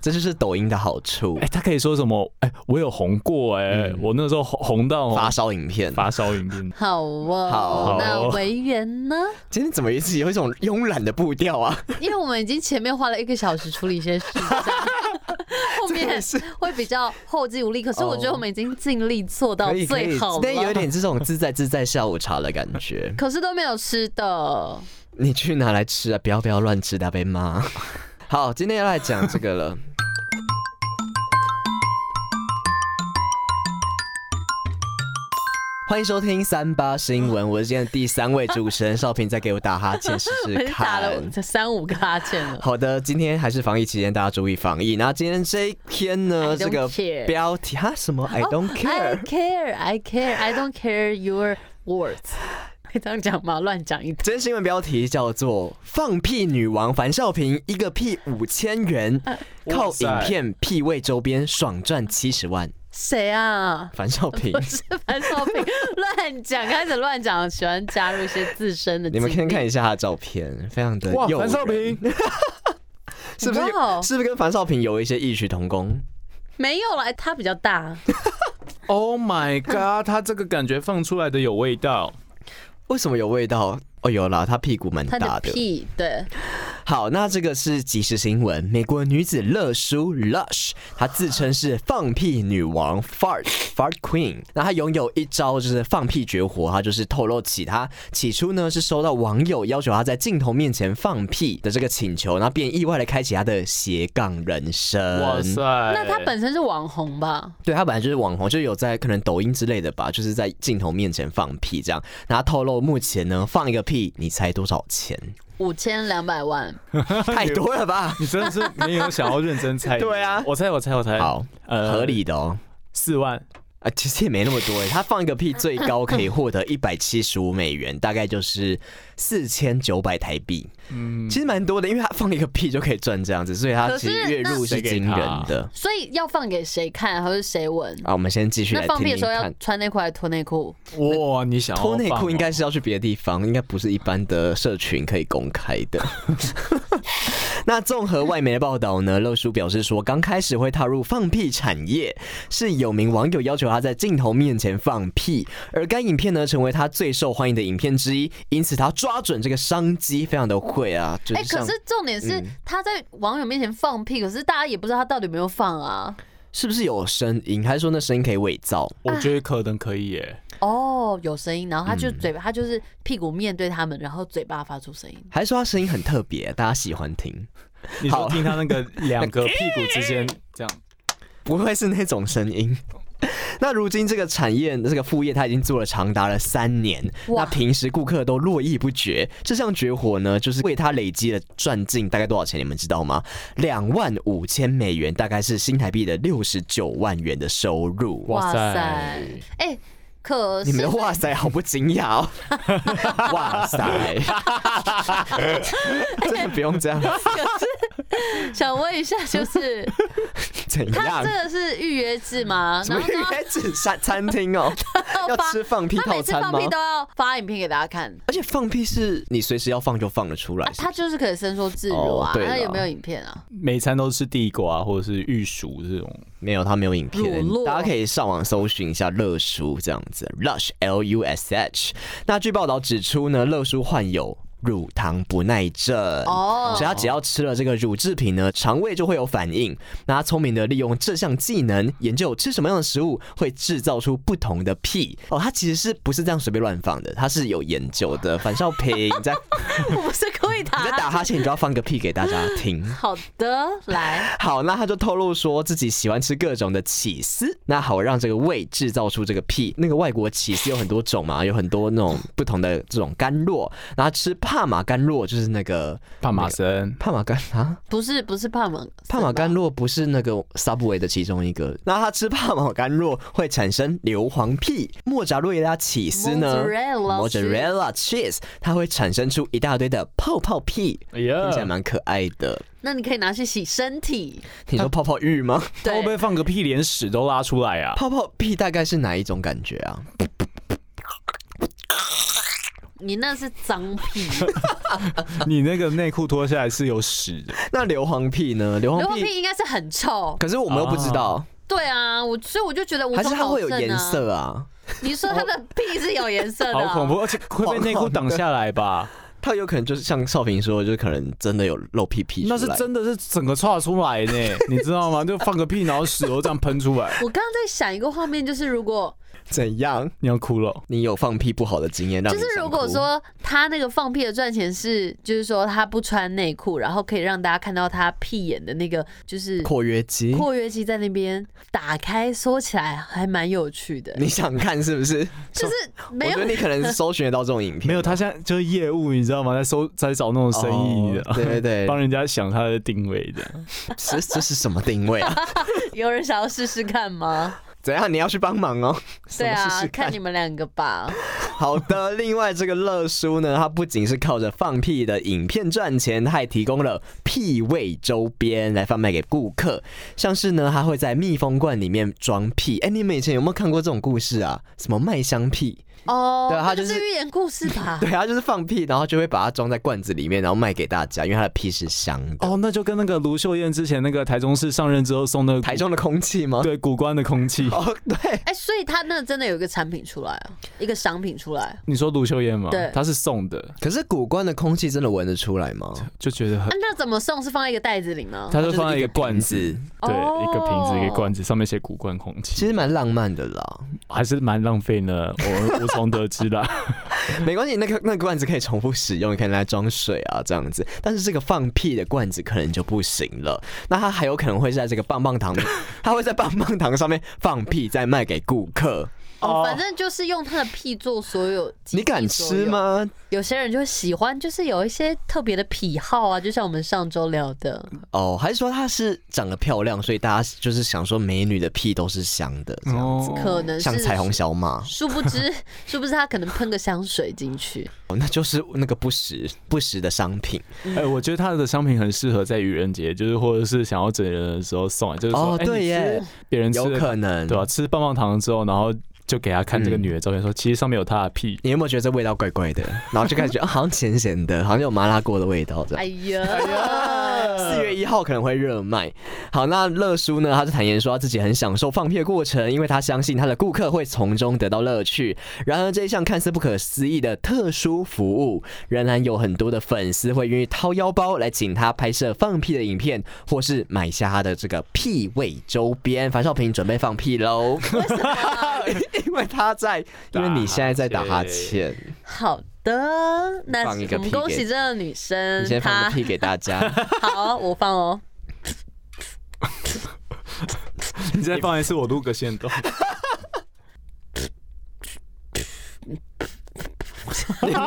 这就是抖音的好处
哎、，他可以说什么？哎、我有红过哎、我那时候红红到
嗯发烧影片。
哦发烧影 片。
好哦，
好
那维园呢？
今天怎么一直有一种慵懒的步调啊？
因为我们已经前面花了一个小时处理一些事情，后 面会比较后继无力。可是我觉得我们已经尽力做到
可以可
最
以
好，了。
那，有点这种自在自在下午茶的感觉
可是都没有吃的。
你去拿来吃啊，不要不要乱吃，大被 骂。好，今天要来讲这个了。欢迎收听三八新闻，我是今天的第三位主持人少平，在给我打哈欠试
我
试
们
看。
打了我三五个哈欠了。
好的，今天还是防疫期间，大家注意防疫。那今天这一篇
I
呢，
don't
这个
care Oh,
标题哈什么？I don't
I
care。
care, I care, I don't care your words。可以 这样讲吗？乱讲一通。
真新闻标题叫做“放屁女王樊少平一个屁五千元，
呃
靠
哇塞
影片屁味周边爽赚七十万
谁啊”。？
樊少 平
不，是樊 少平乱讲，开始乱讲，喜欢加入一些自身的。
你们先看，一下他的照片，非常的
哇，
诱
樊
人
少平，
是不是
哇哦
是不是跟樊少平有一些异曲同工？
没有啦，他比较大，
Oh my god，他这个感觉放出来的有味道。
为什么有味道？哦，有啦，他屁股蛮
他
大
的
的。
屁对，
好，那这个是即时新闻。美国女子乐舒 （Lush），她自称是放屁女王 （Fart Fart Queen）。那她拥有一招就是放屁绝活，她就是透露起她起初呢是收到网友要求她在镜头面前放屁的这个请求，然后便意外的开启她的斜杠人生。
哇塞！！那
哎
那他本身是网红吧？
对她本来就是网红，就有在可能抖音之类的吧，就是在镜头面前放屁这样。那她透露目前呢放一个屁，你猜多少钱？
五千两百万，
太多了吧？
你真的是没有想要认真猜。
对啊
我猜，我猜，我猜。
好，
呃
合理的哦。
四万。
啊，其实也没那么多诶，他放一个屁最高可以获得一百七十五美元，大概就是四千九百台币，
嗯，
其实蛮多的，因为他放一个屁就可以赚这样子，所以他
可
其
是
实月入是惊人的。
所以要放给谁看，还是谁闻？
啊，我们先继续
那
来
放
听
屁的
听
时候要
看。
穿内裤还是脱内裤？
哇，你想要
脱内
放
裤
哦
应该是要去别的地方，应该不是一般的社群可以公开的。 那综合外媒的报道呢，乐叔表示说，刚开始会踏入放屁产业，是有名网友要求他在镜头面前放屁，而该影片呢成为他最受欢迎的影片之一，因此他抓准这个商机，非常的会啊，就
哎、
是
可
像、嗯
是重点是他在网友面前放屁，可是大家也不知道他到底有没有放啊。
是不是有声音，还是说那声音可以伪造？
我觉得可能可以 耶。
哦，有声音，然后他
嗯
就嘴巴，他就是屁股面对他们，然后嘴巴发出声音。
还是说他声音很特别，大家喜欢听？
你
好
就听他那 个两个屁股之间这样，
不会是那种声音。 那如今这个产业这个副业，他已经做了长达了三年，
哇
那平时顾客都络绎不绝。这项绝活呢，就是为他累积了赚进大概多少钱，你们知道吗？两万五千美元，大概是新台币的六十九万元的收入。哇！
哇
哇塞
塞！哎、可
你
是
们的哇塞，好不惊讶 哦！哇塞，真的不用这样，
想问一下， 就是
怎
他
样
这？个是预约制吗？
什
然
么
后
预约制餐餐厅哦？
他
要
发
吃放屁
他
套
每次
餐
放
吗
屁？都要发影片给大家看，
而且放屁是你随时要放就放得出来，
啊
是不是
他就是可以伸缩自如啊
哦。对
那
啦
有没有影片啊？
每餐都吃地瓜或者是玉薯这种。
没有，他没有影片
乳酪，
大家可以上网搜寻一下乐叔这样子，Lush L U S H。那据报道指出呢，乐叔患有。乳糖不耐症
哦
所以他只要吃了这个乳制品呢，肠胃就会有反应。那他聪明的利用这项技能，研究吃什么样的食物会制造出不同的屁哦。他其实是不是这样随便乱放的？他是有研究 的。樊少平，你在
我不是故意打
你在
他。
打哈欠，你就要放个屁给大家听。
好的，来，
好，那他就透露说自己喜欢吃各种的起司，那好让这个胃制造出这个屁。那个外国起司有很多种嘛，有很多那种不同的这种甘露，然后吃帕玛甘露就是那个
帕玛森，
帕玛甘啊，
不是不是帕玛
帕玛甘露不是那个 Subway 的其中一个。那他吃帕玛甘露会产生硫磺屁，莫扎瑞拉起司呢
Mozzarella cheese
，mozzarella cheese，它会产生出一大堆的泡泡屁，
哎呀
听起来蛮可爱的。
那你可以拿去洗身体。
你说泡泡浴吗？
他会
对
不，会放个屁连屎都拉出来啊？
泡泡屁大概是哪一种感觉啊？
你那是脏 屁。
你那个内裤脱下来是有屎的，
那硫磺屁呢？硫
硫
磺
磺
屁，
屁应该是很臭，
可是我们又不知道，
对啊，我所以我就觉得无
还
从
是它会有
考证啊
颜。色啊？
你说 它的屁是有颜色的、啊
好恐怖，！而且会被内裤挡下来 吧？
它有可能就是像少平说，就是可能真的有露屁屁出
那
来，
是真的是整个岔出来 呢，你知道吗？就放个屁，然后屎都这样喷出来，
我刚刚在想一个画面，就是如果
怎样？
你要哭了。
你有放屁不好的经验，让
就
你
是
想
如果
哭
说他那个放屁的赚钱是，就是说他不穿内裤，然后可以让大家看到他屁眼的那个就是
括约肌，
括约肌在那边打开缩起来，还蛮有趣 的。
你想看是不是？
就是没
我觉
有
得你可能是搜寻得到这种影片，
没有，他现在就是业务，你知道吗？在收在找那种生意
哦
的，
对对对，
帮人家想他的定位的。
这这是什么定位啊？
有人想要试试看吗？
怎样？你要去帮忙哦？ 什
对
么
啊，
试试
看你们两个 吧。
好的，另外这个乐叔呢，他不仅是靠着放屁的影片赚钱，他还提供了屁味周边来贩卖给顾客，像是呢，他会在密封罐里面装屁。哎、你们以前有没有看过这种故事啊？什么麦香屁？
哦，
对啊他
那
就是
寓言故事
啊
吧？
对，他啊就是放屁，然后就会把它装在罐子里面，然后卖给大家，因为他的屁是香的。
哦，那就跟那个卢秀燕之前那个台中市上任之后送那个
台中的空气吗？，
对古关的空气，
哦，对，
哎、所以他那真的有一个产品出来啊，一个商品出来啊，
你说卢秀燕吗？
对
她是送的，
可是古关的空气真的闻得出来吗？
就觉得很，
那怎么送？是放在一个袋子里吗？
她
它就
就是放在
一
一
个
个罐
瓶
子，
子
哦
对，一个瓶子一个罐子，上面写古关空气，
其实蛮浪漫的啦，
还是蛮浪费呢， 我无从得知啦。
没关系，那个那个罐子可以重复使用，你可以拿来装水啊这样子。但是这个放屁的罐子可能就不行了，那它还有可能会在这个棒棒糖，它会在棒棒糖上面放屁，再卖给顾客。
哦，反正就是用他的屁做所有。
你敢吃？吗？
有些人就会喜欢，就是有一些特别的癖好啊，就像我们上周聊的。
哦，还是说它是长得漂亮，所以大家就是想说美女的屁都是香的
哦
这样子，
可能是
像彩虹小马，
殊不 知，殊不知他可能喷个香水进去。
哦那就是那个不实不实的商品。
哎、我觉得它的商品很适合在愚人节，就是或者是想要整人的时候送，就是说，
哦
哎
对耶，
你吃别人吃
有
的
可能
对吧、啊吃棒棒糖之后，然后就给他看这个
嗯
女的照片，说其实上面有她的屁。
你有没有觉得这味道怪怪的？然后就开始觉得、啊、好像咸咸的，好像有麻辣锅的味道这样
哎。呀，
四月一号可能会热卖。好，那乐叔呢？他是坦言说他自己很享受放屁的过程，因为他相信他的顾客会从中得到乐趣。然而，这一项看似不可思议的特殊服务，仍然有很多的粉丝会愿意掏腰包来请他拍摄放屁的影片，或是买下他的这个屁味周边。樊少平准备放屁喽， 因为他在，因为你现在在打哈欠，
好的，那
放一个
我们
屁
恭
给
喜这个女生
你，先放个
她
屁给大 家。
好，我放 哦。
你再放一次，我录个线动。
你那个，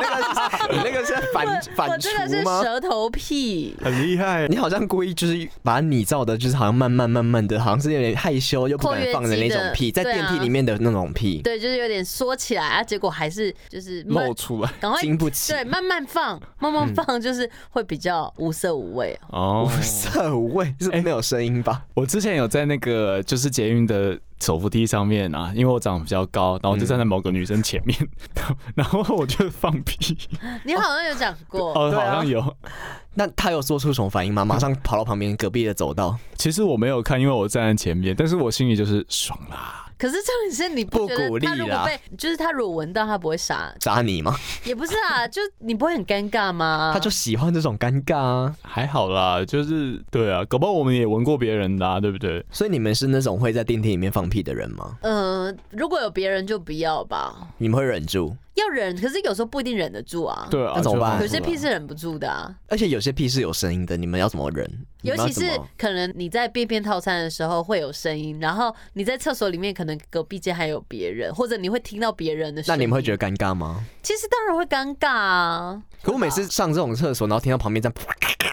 你那个是反
我
反
这个
刍
是
吗？
舌头屁，
很厉 害，
你好像故意就是把你造的，就是好像慢慢慢慢的，好像是有点害羞又不敢放的那种屁，在
括约肌
电
的
梯里面的那种屁，
啊对，就是有点缩起来啊，结果还是就是慢
露出来
赶快
经不起
啊对，慢慢放，慢
嗯
慢放，就是会比较无色无味。
哦。
涩味，是没有声音吧？
哎
我之前有在那个就是捷运的手扶梯上面啊，因为我长得比较高，然后我就站在某个女生前 面，然后我就放屁，
你好像有讲过，
哦，
对
好
啊
像有。
那他有做出什么反
嗯
应吗？马上跑到旁边隔壁的走道，
其实我没有看，因为我站在前面，但是我心里就是爽啦。
可是重点是你
不
觉得
鼓
他
励
如果
啦
被，就是他如果闻到，他不会傻，
扎你吗？
也不是啊，就你不会很尴尬吗？
他就喜欢这种尴尬啊，
还好啦，就是对啊，搞不好我们也闻过别人的、啊，对不对？
所以你们是那种会在电梯里面放屁的人吗？
呃，如果有别人就不要吧，
你们会忍住，
要忍，可是有时候不一定忍得住啊。，
对啊，
那怎么办
有些屁是忍不住的啊。
而且有些屁是有声音的，你们要怎么忍？你
尤
们要
其
怎
是
么
可能你在便便套餐的时候会有声音，然后你在厕所里面可能隔壁间还有别人，或者你会听到别人的声
那
音。
你们会觉得尴尬吗？
其实当然会尴尬啊，
可我每次上这种厕所，然后听到旁边这样，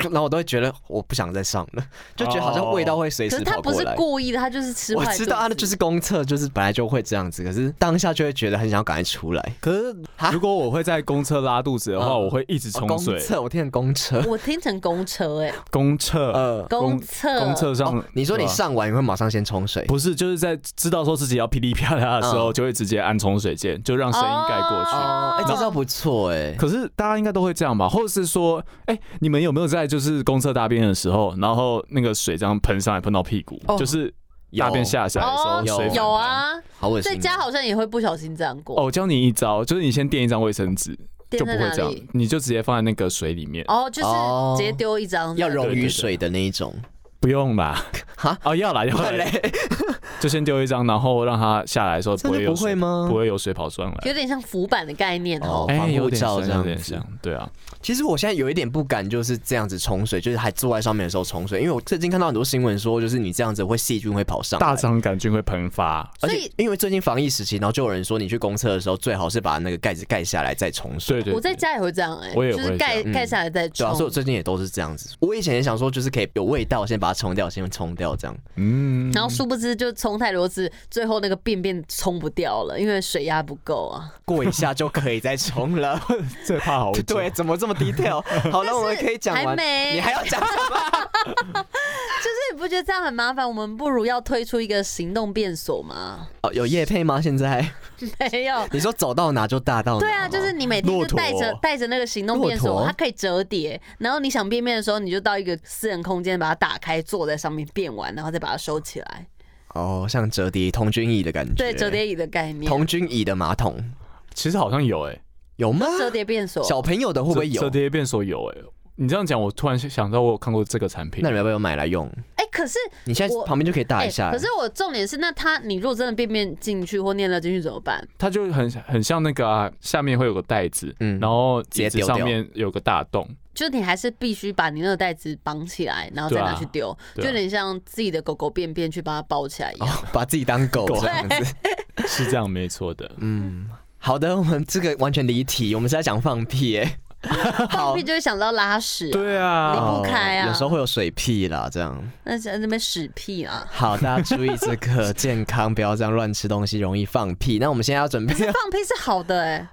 然 后我都会觉得我不想再上了， 就觉得好像味道会随
哦可
时
是他
跑
不
过
是
来。
故意的，他就是吃
我
坏肚子。
知道，他的就是公厕，就是本来就会这样子，可是当下就会觉得很想要赶快出来。
可是
啊
哈
如果我会在公厕拉肚子的话，
嗯
我会一直
哦
冲
公
水。
厕，我听成公 厕。
我听成公车哎、欸，
公厕、
呃，
公
公
厕
公厕上、
哦，你说你
对吧
上完你会马上先冲水，
不是就是在知道说自己要噼里啪啦的时候，就会直接按冲水键，就让声音盖过去。
嗯哦
哎，这招不错哎。
可是大家应该都会这样吧，或者是说，哎、你们有没有在就是公厕大便的时候，然后那个水这样喷上来喷到屁股，
哦
就是
有
大便下下来的时候
哦
水反弹
有。啊，
好恶心
在
哦，
家好像也会不小心这样过。
哦，我教你一招，就是你先垫一张卫生纸，
垫
就不
在
会
哪
这样
里？，
你就直接放在那个水里面，
哦，就是
哦
直接丢一张
要溶
对对
于
对
水的那一种。
不用啦。
哈，
哦，要啦要
会
啦，
嘞，
就先丢一张，然后让它下来的时候不
真
会
的不
有
会
水，
吗？
不。会有水跑出来。
有点像浮板的概念
哦
哦。
哎、
防护
有点
罩
像，
这样
有点
子
像，对啊，
其实我现在有一点不敢就是这样子冲水，就是还坐在上面的时候冲水，因为我最近看到很多新闻说，就是你这样子会细菌会跑上来
大肠杆菌会喷发，
而
所
且
以
因为最近防疫时期，然后就有人说你去公厕的时候最好是把那个盖子盖下来再冲水。
对对
我在
对，
家也会这样哎、
我也
就是
会
盖
这
盖下来再
对啊，所以我
冲，
最近也都是这样子。我以前也想说，就是可以有味道，先把它冲掉，先冲掉这样。
嗯，
然后殊不知就冲太多次，最后那个便便冲不掉了，因为水压不够啊。
过一下就可以再冲 了。
最怕好久，
对，怎么这么低调？好了，我们可以讲
还
完，
没
你还要讲什么？
就是你不觉得这样很麻烦？我们不如要推出一个行动便所吗？
哦，有叶配吗？现在
没有，
你说走到哪就大到哪吗？
对啊，就是你每天
骆
就带着
驼
带着那个行动
骆
便所，
驼
它可以折叠，然后你想便便的时候，你就到一个私人空间把它打开，坐在上面便完，然后再把它收起来。
哦，像折叠童军椅的感觉，
对，折叠椅的概念，
童军椅的马桶
其实好像有哎、
有吗？
折叠便所。
小朋友的会
会
不会有
折？叠变所有哎、你这样讲，我突然想到我有看过这个产品
那。你要不要买来用？
哎、可是
你现在
我
旁边就可以
哎、
搭一下。
可是我重点是，那它你如果真的便便进去或尿尿进去怎么办？
它就很很像那个、啊、下面会有个袋子，
嗯
然后
直接
椅子
丢掉
上面有个大洞，
就是你还是必须把你那个袋子绑起来，然后
对
再
啊
拿去丢，就
对啊
有点像自己的狗狗便便去把它包起来一样。
哦，把自己当狗
狗
这样子。
是这样没错的。
嗯，好的，我们这个完全离题，我们是在讲放屁哎、
放屁就会想到拉屎、
对
离
啊，
不开啊
哦有时候会有水屁啦，这样。
那在那边屎 屁啊，
好，大家注意这个健康，不要这样乱吃东西，容易放屁。那我们现在要准备
放屁是好的哎、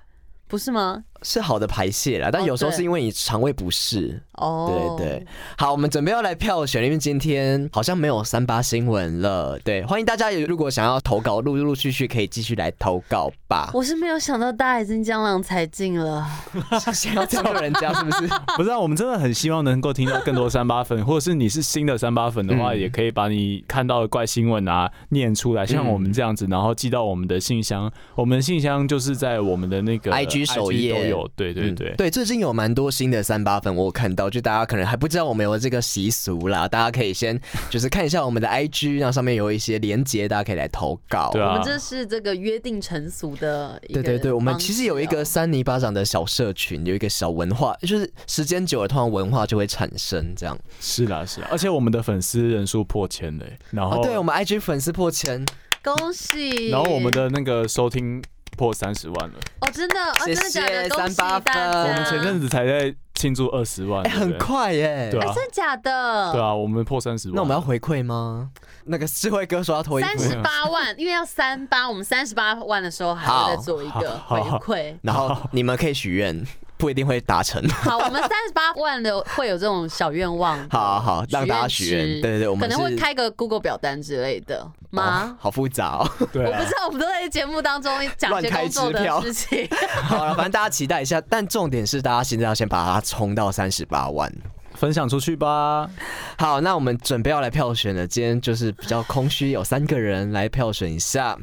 不是吗？
是好的排泄啦，但
哦
有时候
对
是因为你肠胃不适。
哦，
对对，好，我们准备要来票选，因为今天好像没有三八新闻了。对，欢迎大家有如果想要投稿，陆陆续续可以继续来投稿吧。
我是没有想到大家已经江郎才尽了，
想要挑人家是不是？
不是啊，我们真的很希望能够听到更多三八粉， 或者是你是新的三八粉的话，
嗯
也可以把你看到的怪新闻啊念出来，
嗯
像我们这样子，然后寄到我们的信箱。我们的信箱就是在我们的那个
IG 首页嗯
都有，对对对。
对，最近有蛮多新的三八粉，我有看到，就大家可能还不知道我们有这个习俗啦，大家可以先就是看一下我们的 IG，然后上面有一些连接，大家可以来投稿。
对啊
我们这是这个约定成俗的一个
对对对，我们其实有一
方啊
个
式
三泥巴掌的小社群，有一个小文化，就是时间久了，通常文化就会产生这样。
是啦是啦，而且我们的粉丝人数破千嘞，然
啊
后、，
对，我们 IG 粉丝破千，
啊
哦恭喜，
然后我们的那个收听破三十万了，
哦真的，哦
谢
真的假
谢
的，恭喜
38
大家，
分
我们前阵
子
子才在庆祝二十万，
啊哎、
对不
很
对
快耶、
对啊
哎真的假的，
对啊，我们破三十万，
那我们要回馈吗？那个智慧哥说要脱衣
三
服
十，八万，因为要三八，我们三十八万的时候还会再做一个
好
回
好
馈。
然后你们可以许愿，不一定会达成。
好，我们三十八万的会有这种小愿望。
好好让大家许愿
池
对对对我们
可能会
是
开个 Google 表单之类的吗
哦？好复杂哦。
对
我
啊
不知，道，我们都在节目当中讲一些工作的事情。
好了，反正大家期待一下，但重点是大家现在要先把它冲到三十八万。
分享出去吧。
好，那我们准备要来票选了，今天就是比较空虚，有三个人来票选一下。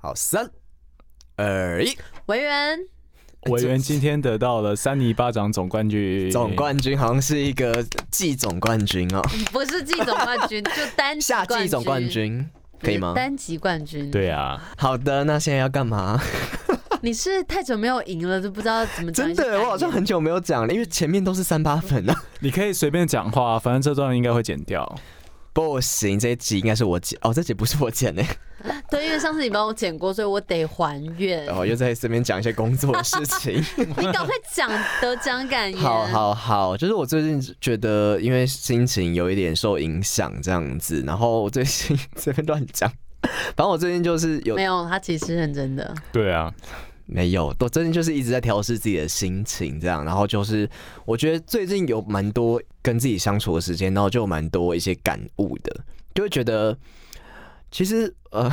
好，三、二、一，
维园，
委员今天得到了三尼巴掌总冠军，
总冠军好像是一个季总冠军哦，
不是季总冠军，就单集
夏
冠军
季总冠，军可以吗？
单集冠军。，
对啊，
好的，那现在要干嘛？
你是太久没有赢了，就不知道怎么讲
真
一些概
的，
念。
我好像很久没有讲了，因为前面都是三八粉 啊。
你可以随便讲话，啊反正这段应该会剪掉。
不行，这一集应该是我剪哦，这集不是我剪的、
对，因为上次你帮我剪过，所以我得还 愿。
然后哦又在这边讲一些工作的事情。
你赶快讲得奖感言。
好好好，就是我最近觉得，因为心情有一点受影响这样子，然后我最近随便乱讲，反正我最近就是有
没有，他其实是认真的。
对啊，
没有，我最近就是一直在调试自己的心情这样，然后就是我觉得最近有蛮多跟自己相处的时间，然后就有蛮多一些感悟的，就会觉得其实呃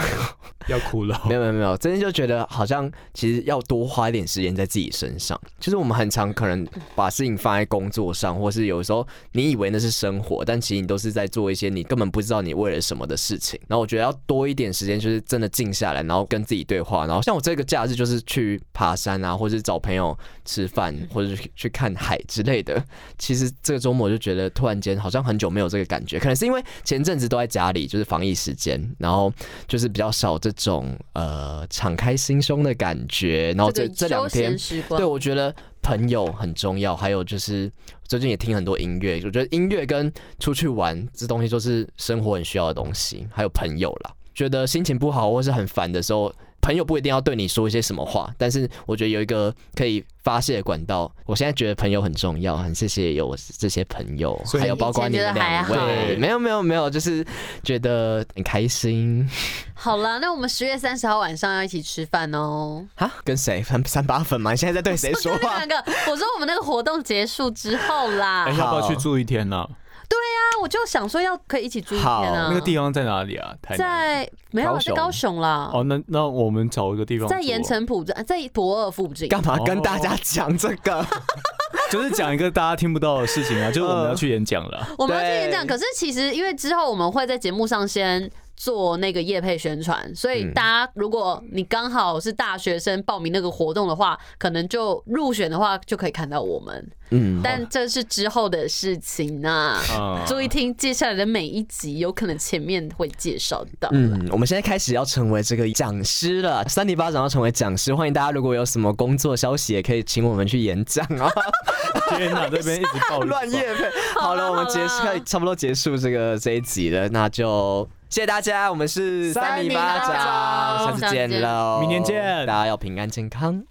要哭了。
没有没有没有，最近就觉得好像其实要多花一点时间在自己身上。就是我们很常可能把事情放在工作上，或是有时候你以为那是生活，但其实你都是在做一些你根本不知道你为了什么的事情。然后我觉得要多一点时间，就是真的静下来，然后跟自己对话。然后像我这个假日就是去爬山啊，或是找朋友吃饭，或者去去看海之类的。其实这个周末就觉得突然间好像很久没有这个感觉，可能是因为前阵子都在家里，就是防疫时间，然后就是比较少这种呃敞开心胸的感觉。然后这这
个
两
休闲
天，
时光
对啊我觉得朋友很重要，还有就是最近也听很多音乐，我觉得音乐跟出去玩这东西都是生活很需要的东西，还有朋友啦。觉得心情不好或是很烦的时候，朋友不一定要对你说一些什么话，但是我觉得有一个可以发泄的管道。我现在觉得朋友很重要，很谢谢有这些朋友，
所以
还有包括你们两
以前觉得
还
位。
好
没有没有没有，就是觉得很开心
好了，那我们十月三十号晚上要一起吃饭哦。
啊！ 跟谁三三八粉吗？你现在在对谁
我
说
跟
话
那？两个，我说我们那个活动结束之后啦。
哎，
对
要不要去住一天呢、
啊，我我就想说要可以一起住一天啊。
好
那个地方在哪里啊？台南
在没有啊
高
在
雄
高雄啦，
哦，那那我们找一个地方
在
住
盐
哦，
城埔在在博尔附近。
干嘛跟大家讲这个？
就是讲一个大家听不到的事情啊，就是我们要去演讲了。
我们要去
对
演讲，可是其实因为之后我们会在节目上先做那个业配宣传，所以
嗯
大家如果你刚好是大学生报名那个活动的话，可能就入选的话就可以看到我们，
嗯，
但这是之后的事情呐、
啊
注意听接下来的每一集，有可能前面会介绍到。
嗯，我们现在开始要成为这个讲师了，三迪巴掌要成为讲师，欢迎大家如果有什么工作消息，也可以请我们去演讲 啊，
天哪，这边一直 暴
乱
演。
夜配。
啊
好了，我们结束，差不多结束这个这一集了，那就谢谢大家，我们是
三
三
尼
尼
巴
巴
掌
掌，下次见喽，
明年见
大家要平安健康。